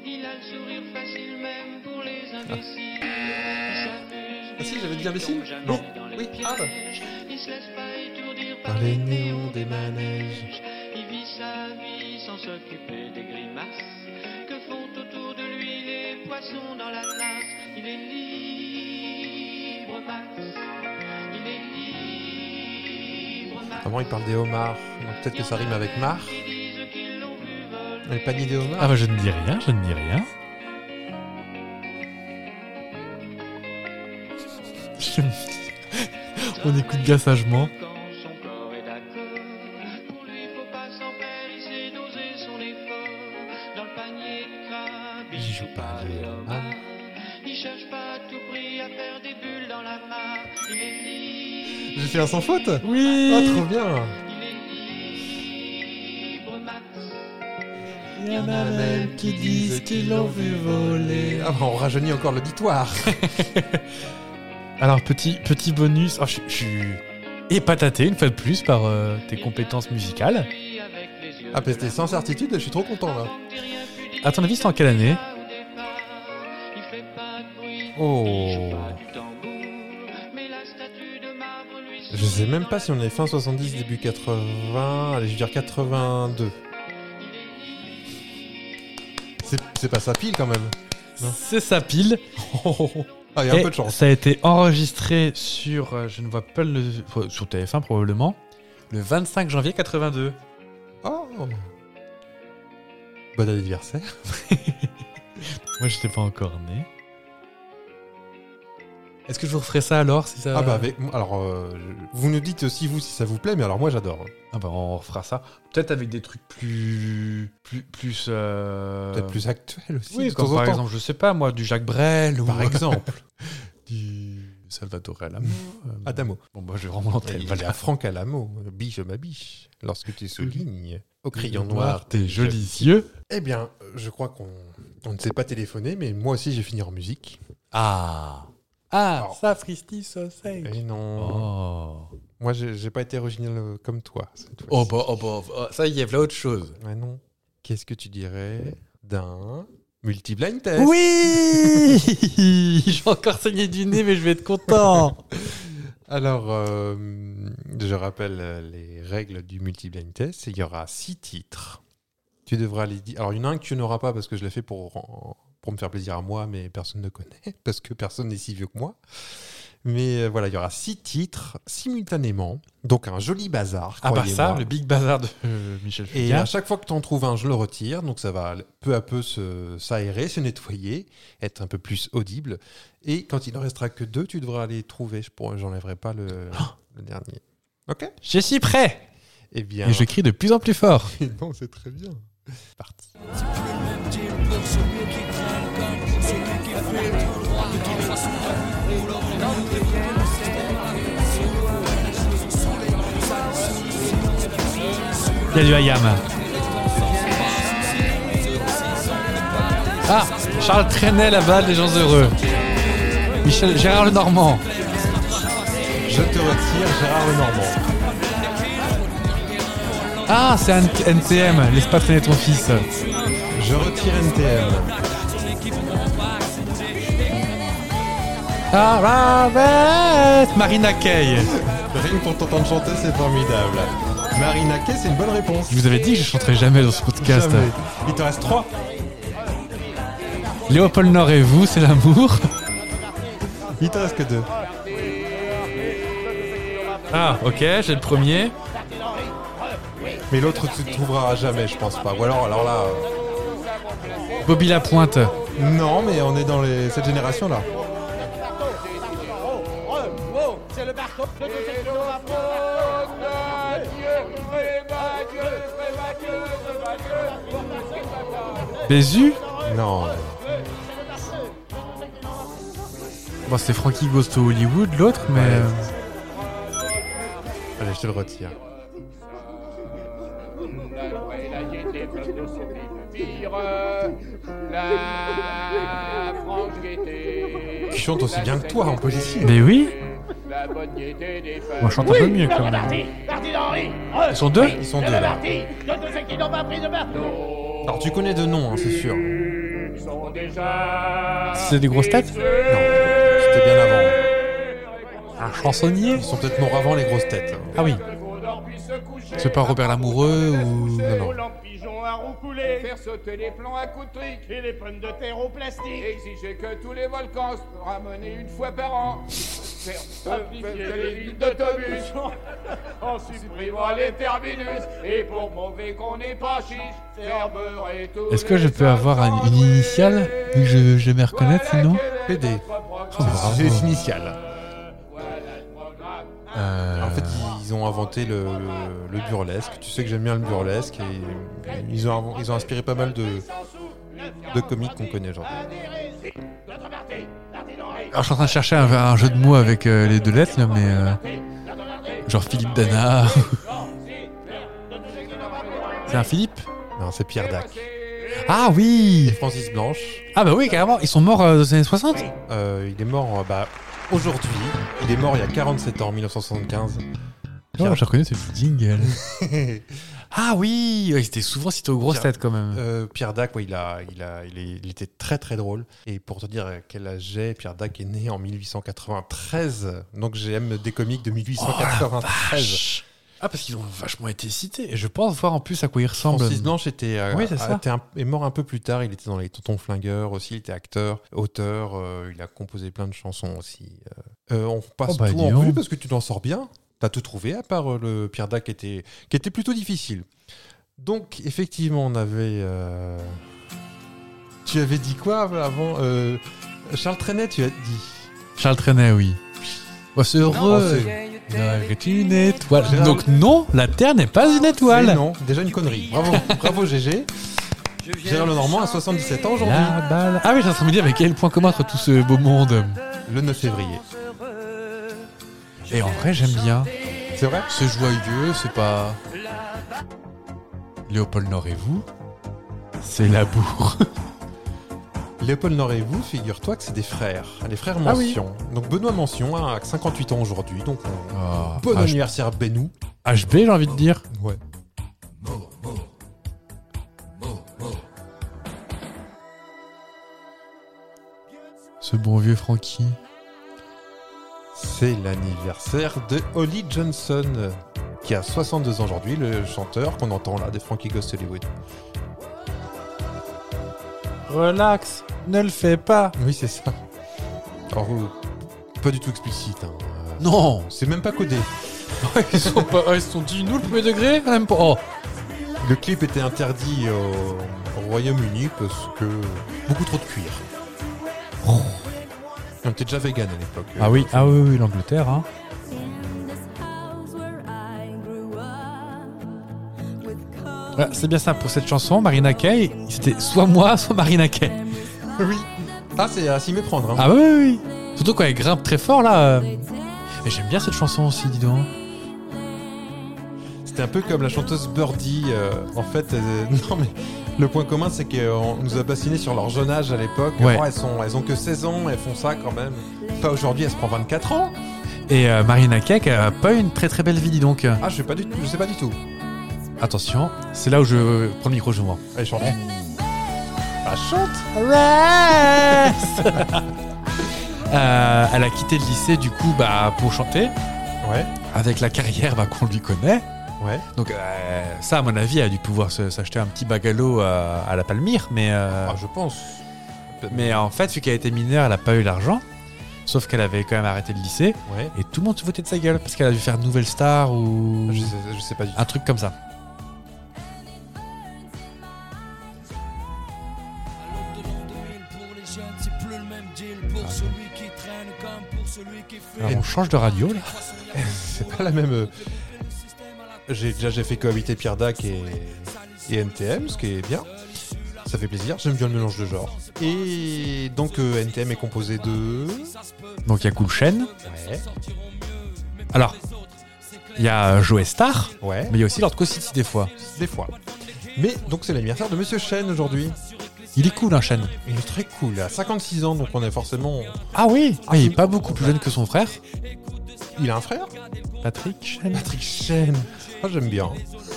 [SPEAKER 8] Il a le sourire facile, même pour les imbéciles. Il s'amuse,
[SPEAKER 5] Ah si,
[SPEAKER 8] mais
[SPEAKER 5] j'avais dit
[SPEAKER 8] il
[SPEAKER 5] imbécile
[SPEAKER 8] tombe jamais
[SPEAKER 5] Non.
[SPEAKER 8] dans les
[SPEAKER 5] Oui,
[SPEAKER 8] pièges.
[SPEAKER 5] ah bah.
[SPEAKER 8] Il se laisse pas étourdir
[SPEAKER 5] Par les néons des manèges.
[SPEAKER 8] Il vit sa vie sans s'occuper des grimaces. Que font autour de lui les poissons dans la tasse Il est libre, Max. Il est libre, Max.
[SPEAKER 5] Avant, il parle des homards. Donc peut-être que ça rime avec mare.
[SPEAKER 8] Ils disent qu'ils l'ont vu voler.
[SPEAKER 5] Le panier des homards.
[SPEAKER 4] Ah bah je ne dis rien, je ne dis rien. On écoute bien sagement.
[SPEAKER 8] Quand son corps est d'accord, pour lui faut pas s'en faire, il sait doser son effort. Dans le panier de crabe, il joue pas les homards. Il cherche pas à tout prix à faire des bulles dans la mare. Il est libre,
[SPEAKER 5] J'ai fait un sans faute
[SPEAKER 4] Oui
[SPEAKER 5] Ah, trop bien
[SPEAKER 8] il est libre, Max.
[SPEAKER 4] Il y en a même qui disent qu'ils l'ont vu voler.
[SPEAKER 5] Ah bah, on rajeunit encore l'auditoire
[SPEAKER 4] Alors petit, petit bonus, Ah, je, je suis épataté une fois de plus par euh, tes compétences musicales.
[SPEAKER 8] Lui avec les yeux.
[SPEAKER 5] Ah, bah, c'était sans certitude, je suis trop content là.
[SPEAKER 4] À ton avis, c'est en quelle année
[SPEAKER 8] au départ, il fait pas de bruit.
[SPEAKER 4] Oh
[SPEAKER 8] du tambour, mais la statue de marbre lui
[SPEAKER 5] Je sais même pas si on est fin 70, début 80, allez, je veux dire 82. C'est- C'est pas ça pile quand même.
[SPEAKER 4] C'est ça pile. Oh.
[SPEAKER 5] Ah, il y a un
[SPEAKER 4] Et
[SPEAKER 5] peu de chance.
[SPEAKER 4] Ça a été enregistré sur, euh, je ne vois pas le, sur TF1 probablement, le 25 janvier 82.
[SPEAKER 5] Oh Bon anniversaire.
[SPEAKER 4] Moi, j'étais pas encore né. Est-ce que je vous referai ça alors si ça...
[SPEAKER 5] Ah, bah, avec. Alors, euh, je- vous nous dites si vous, si ça vous plaît, mais alors moi j'adore.
[SPEAKER 4] Ah bah, on refera ça. Peut-être avec des trucs plus... Plus... plus euh,
[SPEAKER 5] Peut-être plus actuel aussi.
[SPEAKER 4] Oui,
[SPEAKER 5] de
[SPEAKER 4] comme
[SPEAKER 5] temps en
[SPEAKER 4] par
[SPEAKER 5] temps.
[SPEAKER 4] exemple, je sais pas, moi, du Jacques Brel ou... euh,
[SPEAKER 5] Par exemple,
[SPEAKER 4] du Salvatore Alamo. Euh,
[SPEAKER 5] Adamo.
[SPEAKER 4] [laughs] Bon, moi, j'ai vraiment l'antenne.
[SPEAKER 5] Il
[SPEAKER 4] voilà.
[SPEAKER 5] y a Ah, Franck Alamo, biche ma biche, lorsque tu
[SPEAKER 4] [laughs]
[SPEAKER 5] soulignes au crayon noir
[SPEAKER 4] noirs,
[SPEAKER 5] tes
[SPEAKER 4] tes
[SPEAKER 5] jolis
[SPEAKER 4] jolis yeux.
[SPEAKER 5] Eh bien, euh, je crois qu'on on ne s'est pas téléphoné, mais moi aussi j'ai fini en musique.
[SPEAKER 4] Ah Ah,
[SPEAKER 5] Alors.
[SPEAKER 4] ça, Fristi, ça, c'est...
[SPEAKER 5] Oh. Et non,
[SPEAKER 4] Oh.
[SPEAKER 5] moi j'ai j'ai pas été original euh, comme toi. cette fois-ci.
[SPEAKER 4] Oh bah, oh bah, oh, ça y est, voilà autre chose.
[SPEAKER 5] Ouais, non. Qu'est-ce que tu dirais d'un multi-blind test
[SPEAKER 4] Oui [laughs] J'ai encore saigné du nez, mais je vais être [laughs] content.
[SPEAKER 5] Alors, euh, je rappelle euh, les règles du multi-blind test. Il y aura six titres. Tu devras les dire. Alors, il y en a un que tu n'auras pas parce que je l'ai fait pour, pour me faire plaisir à moi, mais personne ne connaît, [laughs] parce que personne n'est si vieux que moi. Mais euh, voilà, il y aura six titres simultanément. Donc, un joli bazar.
[SPEAKER 4] À part Ah, bah ça,
[SPEAKER 5] croyez-moi.
[SPEAKER 4] le Big Bazar de euh, Michel
[SPEAKER 5] Et
[SPEAKER 4] Fugain.
[SPEAKER 5] à chaque fois que tu en trouves un, je le retire. Donc ça va peu à peu se- s'aérer, se nettoyer, être un peu plus audible. Et quand il ne restera que deux, tu devras aller trouver. Je pourrais- J'enlèverai pas le,
[SPEAKER 4] Oh
[SPEAKER 5] le dernier. Ok
[SPEAKER 4] Je suis prêt
[SPEAKER 5] Eh bien.
[SPEAKER 4] Et je crie de plus en plus fort.
[SPEAKER 5] [laughs] Non, c'est très bien. C'est parti.
[SPEAKER 4] Il y a du Hayam. Ah Charles Trenet là-bas, les gens heureux. Michel Gérard Lenormand.
[SPEAKER 5] Je te retire, Gérard Lenormand.
[SPEAKER 4] Ah, c'est un NTM, laisse pas traîner ton fils.
[SPEAKER 5] Je retire NTM.
[SPEAKER 4] Ah, bah, bah, Marina Kaye.
[SPEAKER 5] Rien que pour t'entendre chanter, c'est formidable. Marina Kay, c'est une bonne réponse.
[SPEAKER 4] Je vous avais dit que je chanterais jamais dans ce podcast.
[SPEAKER 5] Jamais. Il te reste trois.
[SPEAKER 4] Léopold Nord et vous, c'est l'amour.
[SPEAKER 5] Il te reste que deux.
[SPEAKER 4] Ah, ok, j'ai le premier.
[SPEAKER 5] Mais l'autre, tu ne trouveras jamais, je pense pas. Ou alors, alors là. euh,
[SPEAKER 4] Bobby Lapointe.
[SPEAKER 5] Non, mais on est dans les... cette génération-là.
[SPEAKER 9] c'est le barco. Le tout, c'est le
[SPEAKER 4] Bézu
[SPEAKER 5] Non.
[SPEAKER 4] Bon, c'est Frankie Goes to Hollywood, l'autre, mais.
[SPEAKER 5] Ouais.
[SPEAKER 4] euh,
[SPEAKER 5] Allez, je te le retire. Qui chante aussi bien que toi en position.
[SPEAKER 4] Mais oui On chante un peu mieux quand même.
[SPEAKER 9] parti, parti d'Henri.
[SPEAKER 4] Ils sont deux
[SPEAKER 5] Ils sont deux là.
[SPEAKER 9] Parti de tous ceux qui n'ont pas pris de bateau.
[SPEAKER 5] Alors tu connais de nom, hein, c'est sûr. Non,
[SPEAKER 4] C'est des grosses têtes
[SPEAKER 5] c'était bien avant.
[SPEAKER 4] Un chansonnier
[SPEAKER 5] Ils sont peut-être morts avant les grosses têtes. hein.
[SPEAKER 4] Ah oui. C'est pas Robert Lamoureux ou.
[SPEAKER 5] Non, non.
[SPEAKER 9] Pigeons à roues coulées, faire sauter les plans à coups de trique et les pommes de terre au plastique. Exiger que tous les volcans soient ramenés une fois par an. Faire simplifier les lignes d'autobus en supprimant les terminus. Et pour mauvais qu'on n'ait pas chiche, fermerait tout.
[SPEAKER 4] Est-ce que je peux avoir un- une initiale Vu que je, je vais me reconnaître sinon
[SPEAKER 5] PD.
[SPEAKER 4] bravo.
[SPEAKER 5] C'est initial.
[SPEAKER 4] Euh,
[SPEAKER 5] En fait, ils- ils ont inventé le, le- le burlesque. Tu sais que j'aime bien le burlesque et ils ont, invent- ils ont inspiré pas mal de, de comiques qu'on connaît aujourd'hui.
[SPEAKER 4] Alors, je suis en train de chercher un, un jeu de mots avec euh, les deux lettres, là, mais. euh, Genre Philippe Dana. [laughs] c'est un Philippe
[SPEAKER 5] Non, c'est Pierre Dac.
[SPEAKER 4] Ah oui
[SPEAKER 5] Francis Blanche,
[SPEAKER 4] Ah bah oui, carrément, ils sont morts euh, dans les années 60
[SPEAKER 5] euh, il est mort euh, bah, aujourd'hui. Il est mort il y a 47 ans, en 1975.
[SPEAKER 4] Non, Oh, je reconnais ce petit jingle. ah oui ouais, C'était souvent cité aux grosses
[SPEAKER 5] Tiens.
[SPEAKER 4] têtes quand même.
[SPEAKER 5] Euh, Pierre Dac, ouais, il, a, il, a, il, est- il était très très drôle. Et pour te dire à quel âge j'ai, Pierre Dac est né en 1893. Donc j'aime des comiques de 1893.
[SPEAKER 4] Ah, parce qu'ils ont vachement été cités. Et je pense voir en plus à quoi ils ressemblent.
[SPEAKER 5] Francis Blanche était, euh,
[SPEAKER 4] Oui, c'est ça.
[SPEAKER 5] était un- est mort un peu plus tard. Il était dans les Tontons Flingueurs aussi. Il était acteur, auteur. euh, il a composé plein de chansons aussi. Euh, euh, on passe
[SPEAKER 4] Oh, bah,
[SPEAKER 5] tout
[SPEAKER 4] dis
[SPEAKER 5] en
[SPEAKER 4] donc.
[SPEAKER 5] revue parce que tu t'en sors bien. T'as tout trouvé à part euh, le Pierre Dac qui était, qui était plutôt difficile. Donc effectivement, on avait. euh, Tu avais dit quoi avant euh, Charles Trenet, tu as dit.
[SPEAKER 4] Charles Trenet, oui. Oh, c'est heureux Non, que tu es une étoile.
[SPEAKER 5] Gérald-
[SPEAKER 4] Donc non, la Terre n'est pas une
[SPEAKER 5] C'est
[SPEAKER 4] étoile
[SPEAKER 5] Non, déjà une connerie. Bravo, bravo GG. Gérard Lenormand a 77 ans aujourd'hui.
[SPEAKER 4] La balle. Ah oui, j'ai en train de me dire, mais quel point commun entre tout ce beau monde
[SPEAKER 5] Le 9 février.
[SPEAKER 4] Et en vrai, j'aime bien.
[SPEAKER 5] C'est vrai
[SPEAKER 4] C'est joyeux, c'est pas. Léopold Nord et vous C'est la bourre.
[SPEAKER 5] Léopold Nord et vous, figure-toi que c'est des frères, les frères
[SPEAKER 4] Ah oui.
[SPEAKER 5] Mention. Donc Benoît Mention a 58 ans aujourd'hui, donc on-
[SPEAKER 4] Oh,
[SPEAKER 5] bon
[SPEAKER 4] H-
[SPEAKER 5] anniversaire Benou.
[SPEAKER 4] HB, j'ai envie de dire.
[SPEAKER 5] Ouais.
[SPEAKER 4] Ce bon vieux Francky.
[SPEAKER 5] C'est l'anniversaire de Holly Johnson, euh, qui a 62 ans aujourd'hui, le chanteur qu'on entend là des Frankie Ghost Hollywood.
[SPEAKER 4] Relax, ne le fais pas.
[SPEAKER 5] Oui, c'est ça. Alors, euh, pas du tout explicite. hein. Euh,
[SPEAKER 4] Non [laughs]
[SPEAKER 5] C'est même pas codé.
[SPEAKER 4] Ils sont pas. Ils sont dit nous le premier degré même pas. Oh
[SPEAKER 5] Le clip était interdit au, au Royaume-Uni parce que beaucoup trop de cuir. Oh. On était déjà vegan à l'époque.
[SPEAKER 4] Ah oui, ah oui, oui, l'Angleterre, hein. Ouais, Ah, c'est bien ça pour cette chanson, Marina Kay. C'était soit moi, soit Marina Kay.
[SPEAKER 5] [laughs] Oui. Ah, c'est à s'y méprendre. Hein.
[SPEAKER 4] Ah oui, oui, oui. Surtout quand elle grimpe très fort là. euh. Et j'aime bien cette chanson aussi, dis donc.
[SPEAKER 5] C'était un peu comme la chanteuse Birdie. euh, en fait, euh, [laughs] non mais le point commun, c'est qu'on nous a bassiné sur leur jeune âge à l'époque.
[SPEAKER 4] Ouais.
[SPEAKER 5] Oh, elles, sont, elles ont que 16 ans, elles font ça quand même. Pas aujourd'hui, elles se prend 24 ans.
[SPEAKER 4] Et euh, Marina Kay qui a pas eu une très très belle vie, dis donc.
[SPEAKER 5] Ah, je sais pas du tout. Je sais pas du tout.
[SPEAKER 4] Attention, c'est là où je euh, prends le micro, je vois.
[SPEAKER 5] Allez, chante. Ah, chante
[SPEAKER 4] [laughs] Euh, elle a quitté le lycée du coup bah, pour chanter,
[SPEAKER 5] Ouais,
[SPEAKER 4] avec la carrière bah, qu'on lui connaît.
[SPEAKER 5] ouais.
[SPEAKER 4] Donc euh, ça, à mon avis, elle a dû pouvoir se- s'acheter un petit bagalo euh, à la Palmyre, mais, euh,
[SPEAKER 5] Ah, je pense.
[SPEAKER 4] mais en fait, vu qu'elle était mineure, elle n'a pas eu l'argent. Sauf qu'elle avait quand même arrêté le lycée,
[SPEAKER 5] Ouais.
[SPEAKER 4] et tout le monde se foutait de sa gueule, parce qu'elle a dû faire Nouvelle Star ou
[SPEAKER 5] Je sais, je sais pas du tout.
[SPEAKER 4] un truc comme ça.
[SPEAKER 8] Double le même deal pour celui qui traîne comme pour celui qui fait.
[SPEAKER 4] Alors, on change de radio là.
[SPEAKER 5] C'est pas la même. euh, J'ai déjà j'ai fait cohabiter Pierre Dac et, et NTM, ce qui est bien. Ça fait plaisir, j'aime bien le mélange de genres. Et donc euh, NTM est composé de.
[SPEAKER 4] Donc il y a Cool Chain. Alors, il y a euh, Joe Star,
[SPEAKER 5] Ouais.
[SPEAKER 4] mais il y a aussi Lord Co City des fois.
[SPEAKER 5] Des fois. Mais donc c'est l'anniversaire de Monsieur Chen aujourd'hui.
[SPEAKER 4] Il est cool, hein, un Chen.
[SPEAKER 5] Il est très cool, à 56 ans, donc on est forcément.
[SPEAKER 4] Ah oui ah, Il est pas beaucoup plus jeune que son frère.
[SPEAKER 5] Il a un frère
[SPEAKER 4] Patrick Chen.
[SPEAKER 5] Patrick Chen. Ah, j'aime bien.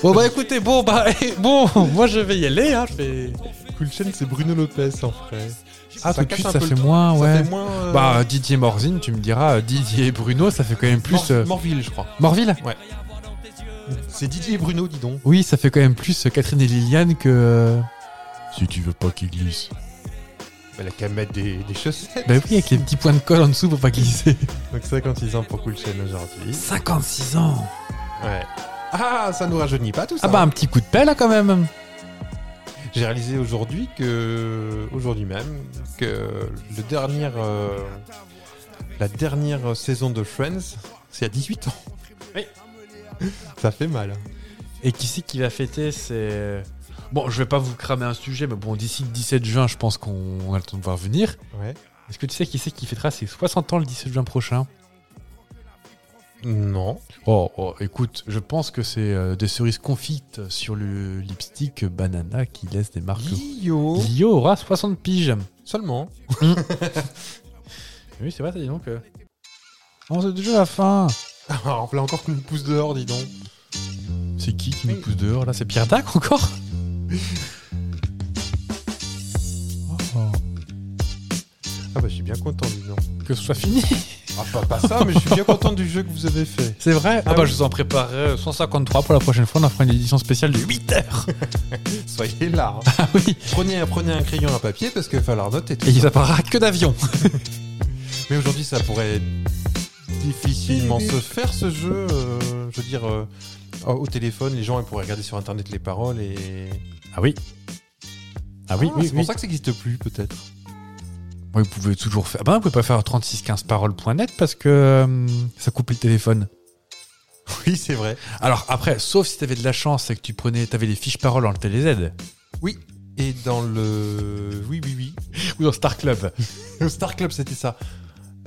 [SPEAKER 4] Bon bah écoutez, bon bah [laughs] bon, moi je vais y aller. Hein, je vais...
[SPEAKER 5] Cool Chen, c'est Bruno Lopez en vrai.
[SPEAKER 4] Ah tout de
[SPEAKER 5] casse
[SPEAKER 4] suite
[SPEAKER 5] un
[SPEAKER 4] ça
[SPEAKER 5] peu
[SPEAKER 4] fait
[SPEAKER 5] le-
[SPEAKER 4] moins,
[SPEAKER 5] ça
[SPEAKER 4] ouais.
[SPEAKER 5] fait moins, euh,
[SPEAKER 4] Bah Didier Morzine, tu me diras, euh, Didier et Bruno, ça fait quand même plus...
[SPEAKER 5] Mor-
[SPEAKER 4] euh,
[SPEAKER 5] Morville, je crois.
[SPEAKER 4] Morville
[SPEAKER 5] C'est Didier et Bruno, dis donc.
[SPEAKER 4] Oui, ça fait quand même plus euh, Catherine et Liliane que... euh, Si tu veux pas qu'il glisse.
[SPEAKER 5] Elle a qu'à mettre des, des chaussettes.
[SPEAKER 4] [laughs] Bah oui, avec les petits points de colle en dessous pour pas [laughs] glisser.
[SPEAKER 5] Donc 56 ans pour Cool Chain aujourd'hui.
[SPEAKER 4] 56 ans
[SPEAKER 5] Ouais. Ah, ça nous rajeunit pas tout ça.
[SPEAKER 4] Ah bah un petit coup de pelle là quand même
[SPEAKER 5] J'ai réalisé aujourd'hui que aujourd'hui même que le dernier euh, la dernière saison de Friends, c'est à 18 ans. Ça fait mal. hein.
[SPEAKER 4] Et qui c'est qui va fêter C'est. euh, Bon, je vais pas vous cramer un sujet, mais bon, d'ici le 17 juin, je pense qu'on a le temps de voir venir.
[SPEAKER 5] Ouais.
[SPEAKER 4] Est-ce que tu sais qui c'est qui fêtera ses 60 ans le 17 juin prochain
[SPEAKER 5] Non.
[SPEAKER 4] oh, oh, écoute, je pense que c'est euh, des cerises confites sur le lipstick banana qui laisse des marques.
[SPEAKER 5] Guillaume.
[SPEAKER 4] Lio aura 60 piges.
[SPEAKER 5] Seulement.
[SPEAKER 4] Oui, c'est vrai, ça dit donc. euh. Oh, c'est déjà la fin
[SPEAKER 5] Ah, on peut encore qu'on nous pousse dehors, dis donc.
[SPEAKER 4] C'est qui qui nous pousse dehors là C'est Pierre Dac encore Oh,
[SPEAKER 5] Ah bah je suis bien content, dis donc.
[SPEAKER 4] Que ce soit fini
[SPEAKER 5] Ah pas, pas ça, mais je suis bien content du jeu que vous avez fait.
[SPEAKER 4] [laughs] C'est vrai Ah
[SPEAKER 5] Ah
[SPEAKER 4] bah
[SPEAKER 5] oui.
[SPEAKER 4] je vous en préparerai 153 pour la prochaine fois, on en fera une édition spéciale de 8 heures
[SPEAKER 5] Soyez là. hein.
[SPEAKER 4] Ah oui
[SPEAKER 5] Prenez, prenez un crayon à papier parce qu'il va falloir noter tout.
[SPEAKER 4] Et ça parlera que [laughs] d'avion
[SPEAKER 5] Mais aujourd'hui, ça pourrait difficilement se faire ce jeu. euh, je veux dire, euh, au- au téléphone, les gens ils pourraient regarder sur internet les paroles et.
[SPEAKER 4] Ah oui Ah oui,
[SPEAKER 5] Ah,
[SPEAKER 4] oui,
[SPEAKER 5] C'est pour ça que ça n'existe plus, peut-être. [laughs]
[SPEAKER 4] Vous pouvez toujours faire... Ah bah vous pouvez pas faire 3615paroles.net parce que euh, ça coupe le téléphone.
[SPEAKER 5] Oui, c'est vrai.
[SPEAKER 4] Alors après, sauf si t'avais de la chance, c'est que tu prenais... T'avais les fiches paroles dans le TéléZ
[SPEAKER 5] Oui. Et dans le. Oui, oui, oui.
[SPEAKER 4] ou dans Star Club.
[SPEAKER 5] Le Star Club, c'était ça.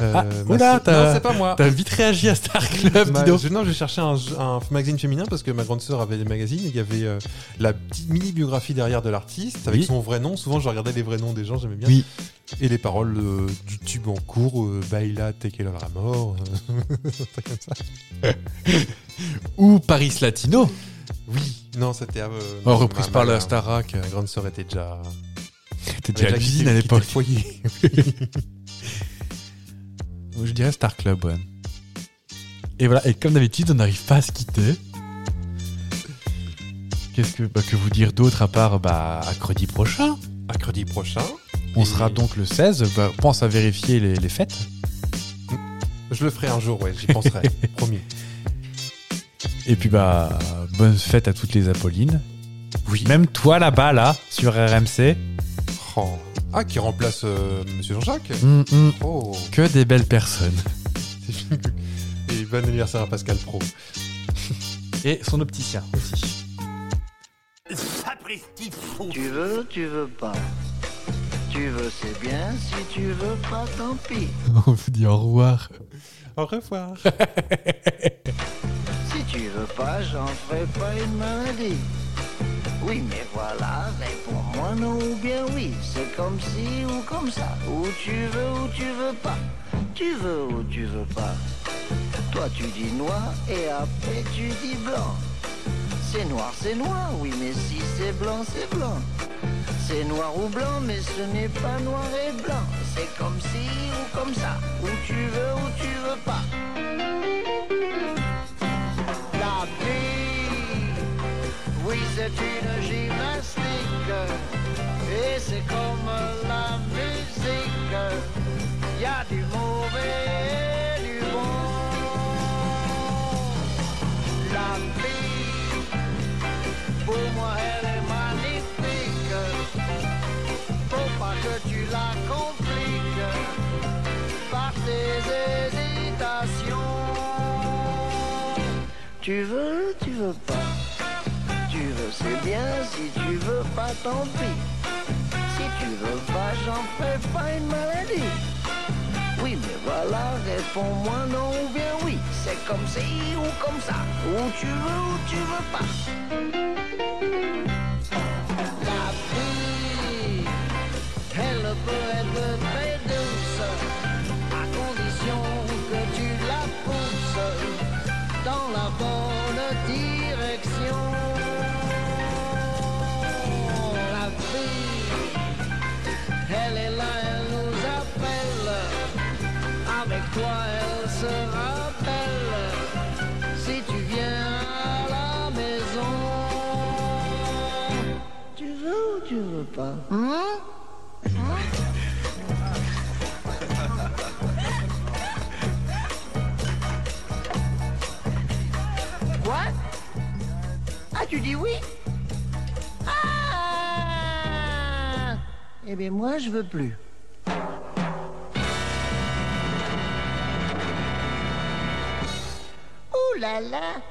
[SPEAKER 5] Euh,
[SPEAKER 4] Ah,
[SPEAKER 5] ma
[SPEAKER 4] oula,
[SPEAKER 5] sœur-
[SPEAKER 4] t'as-
[SPEAKER 5] Non, c'est pas moi.
[SPEAKER 4] T'as vite réagi à Star Club,
[SPEAKER 5] Ma-
[SPEAKER 4] dis donc.
[SPEAKER 5] je- non, je cherchais un, jeu- un magazine féminin parce que ma grande sœur avait des magazines et il y avait euh, la petite mini biographie derrière de l'artiste avec
[SPEAKER 4] Oui.
[SPEAKER 5] son vrai nom. Souvent, je regardais les vrais noms des gens, j'aimais bien.
[SPEAKER 4] Oui.
[SPEAKER 5] Et les paroles euh, du tube en cours, euh, Baila Tequila la mort, euh, [laughs] un truc comme ça.
[SPEAKER 4] Ou Paris Latino,
[SPEAKER 5] Oui, non, c'était euh, non,
[SPEAKER 4] Oh, reprise
[SPEAKER 5] ma-
[SPEAKER 4] par
[SPEAKER 5] ma-
[SPEAKER 4] la Starac.
[SPEAKER 5] Ma grande sœur était déjà.
[SPEAKER 4] T'étais déjà à la
[SPEAKER 5] avait
[SPEAKER 4] cuisine à
[SPEAKER 5] quitté-
[SPEAKER 4] l'époque.
[SPEAKER 5] quitté le foyer.
[SPEAKER 4] Je dirais Star Club, ouais. Et voilà, et comme d'habitude, on n'arrive pas à se quitter. Qu'est-ce que, bah, que vous dire d'autre à part bah, mercredi prochain
[SPEAKER 5] Mercredi prochain.
[SPEAKER 4] On
[SPEAKER 5] Et
[SPEAKER 4] sera donc le 16. bah, pense à vérifier les, les fêtes.
[SPEAKER 5] Je le ferai un jour, ouais, j'y penserai,
[SPEAKER 4] [laughs]
[SPEAKER 5] promis.
[SPEAKER 4] Et puis, bah, bonne fête à toutes les Apollines. Oui. Même toi là-bas, là, sur RMC.
[SPEAKER 5] Oh. Ah, qui remplace euh, Monsieur Jean-Jacques
[SPEAKER 4] Hum, hum,
[SPEAKER 5] Oh
[SPEAKER 4] Que des belles personnes.
[SPEAKER 5] C'est fini. Et bon anniversaire à Pascal Pro.
[SPEAKER 4] Et son opticien aussi.
[SPEAKER 8] Tu veux, tu veux pas. Tu veux, c'est bien. Hein, Si tu veux pas, tant pis.
[SPEAKER 4] [laughs] on vous dit au revoir.
[SPEAKER 5] Au revoir.
[SPEAKER 8] Si tu veux pas, j'en ferai pas une maladie. Oui, mais voilà, réponds-moi non ou bien oui. C'est comme si ou comme ça. Ou tu veux ou tu veux pas. Tu veux ou tu veux pas. Toi, tu dis noir et après tu dis blanc. C'est noir, c'est noir, oui, mais si c'est blanc, c'est blanc. C'est noir ou blanc, mais ce n'est pas noir et blanc. C'est comme si ou comme ça. Ou tu veux ou tu veux pas. La vie, oui c'est une gymnastique Et c'est comme la musique Y a du mauvais et du bon La vie, pour moi elle est magnifique Faut pas que tu la compliques Tu veux, tu veux pas. Tu veux, c'est bien. Si tu veux pas, tant pis. Si tu veux pas, j'en ferai pas une maladie. Oui, mais voilà, réponds-moi non ou bien oui. C'est comme si ou comme ça. Ou tu veux ou tu veux pas. La vie, elle peut être très douce, à condition que tu la pousses dans la bonne direction. La vie, elle est là, elle nous appelle. Avec toi, elle se rappelle. Si tu viens à la maison, tu veux ou tu veux pas Hein Quoi Ah, tu dis oui Ah Eh bien, moi, je veux plus. Ouh là là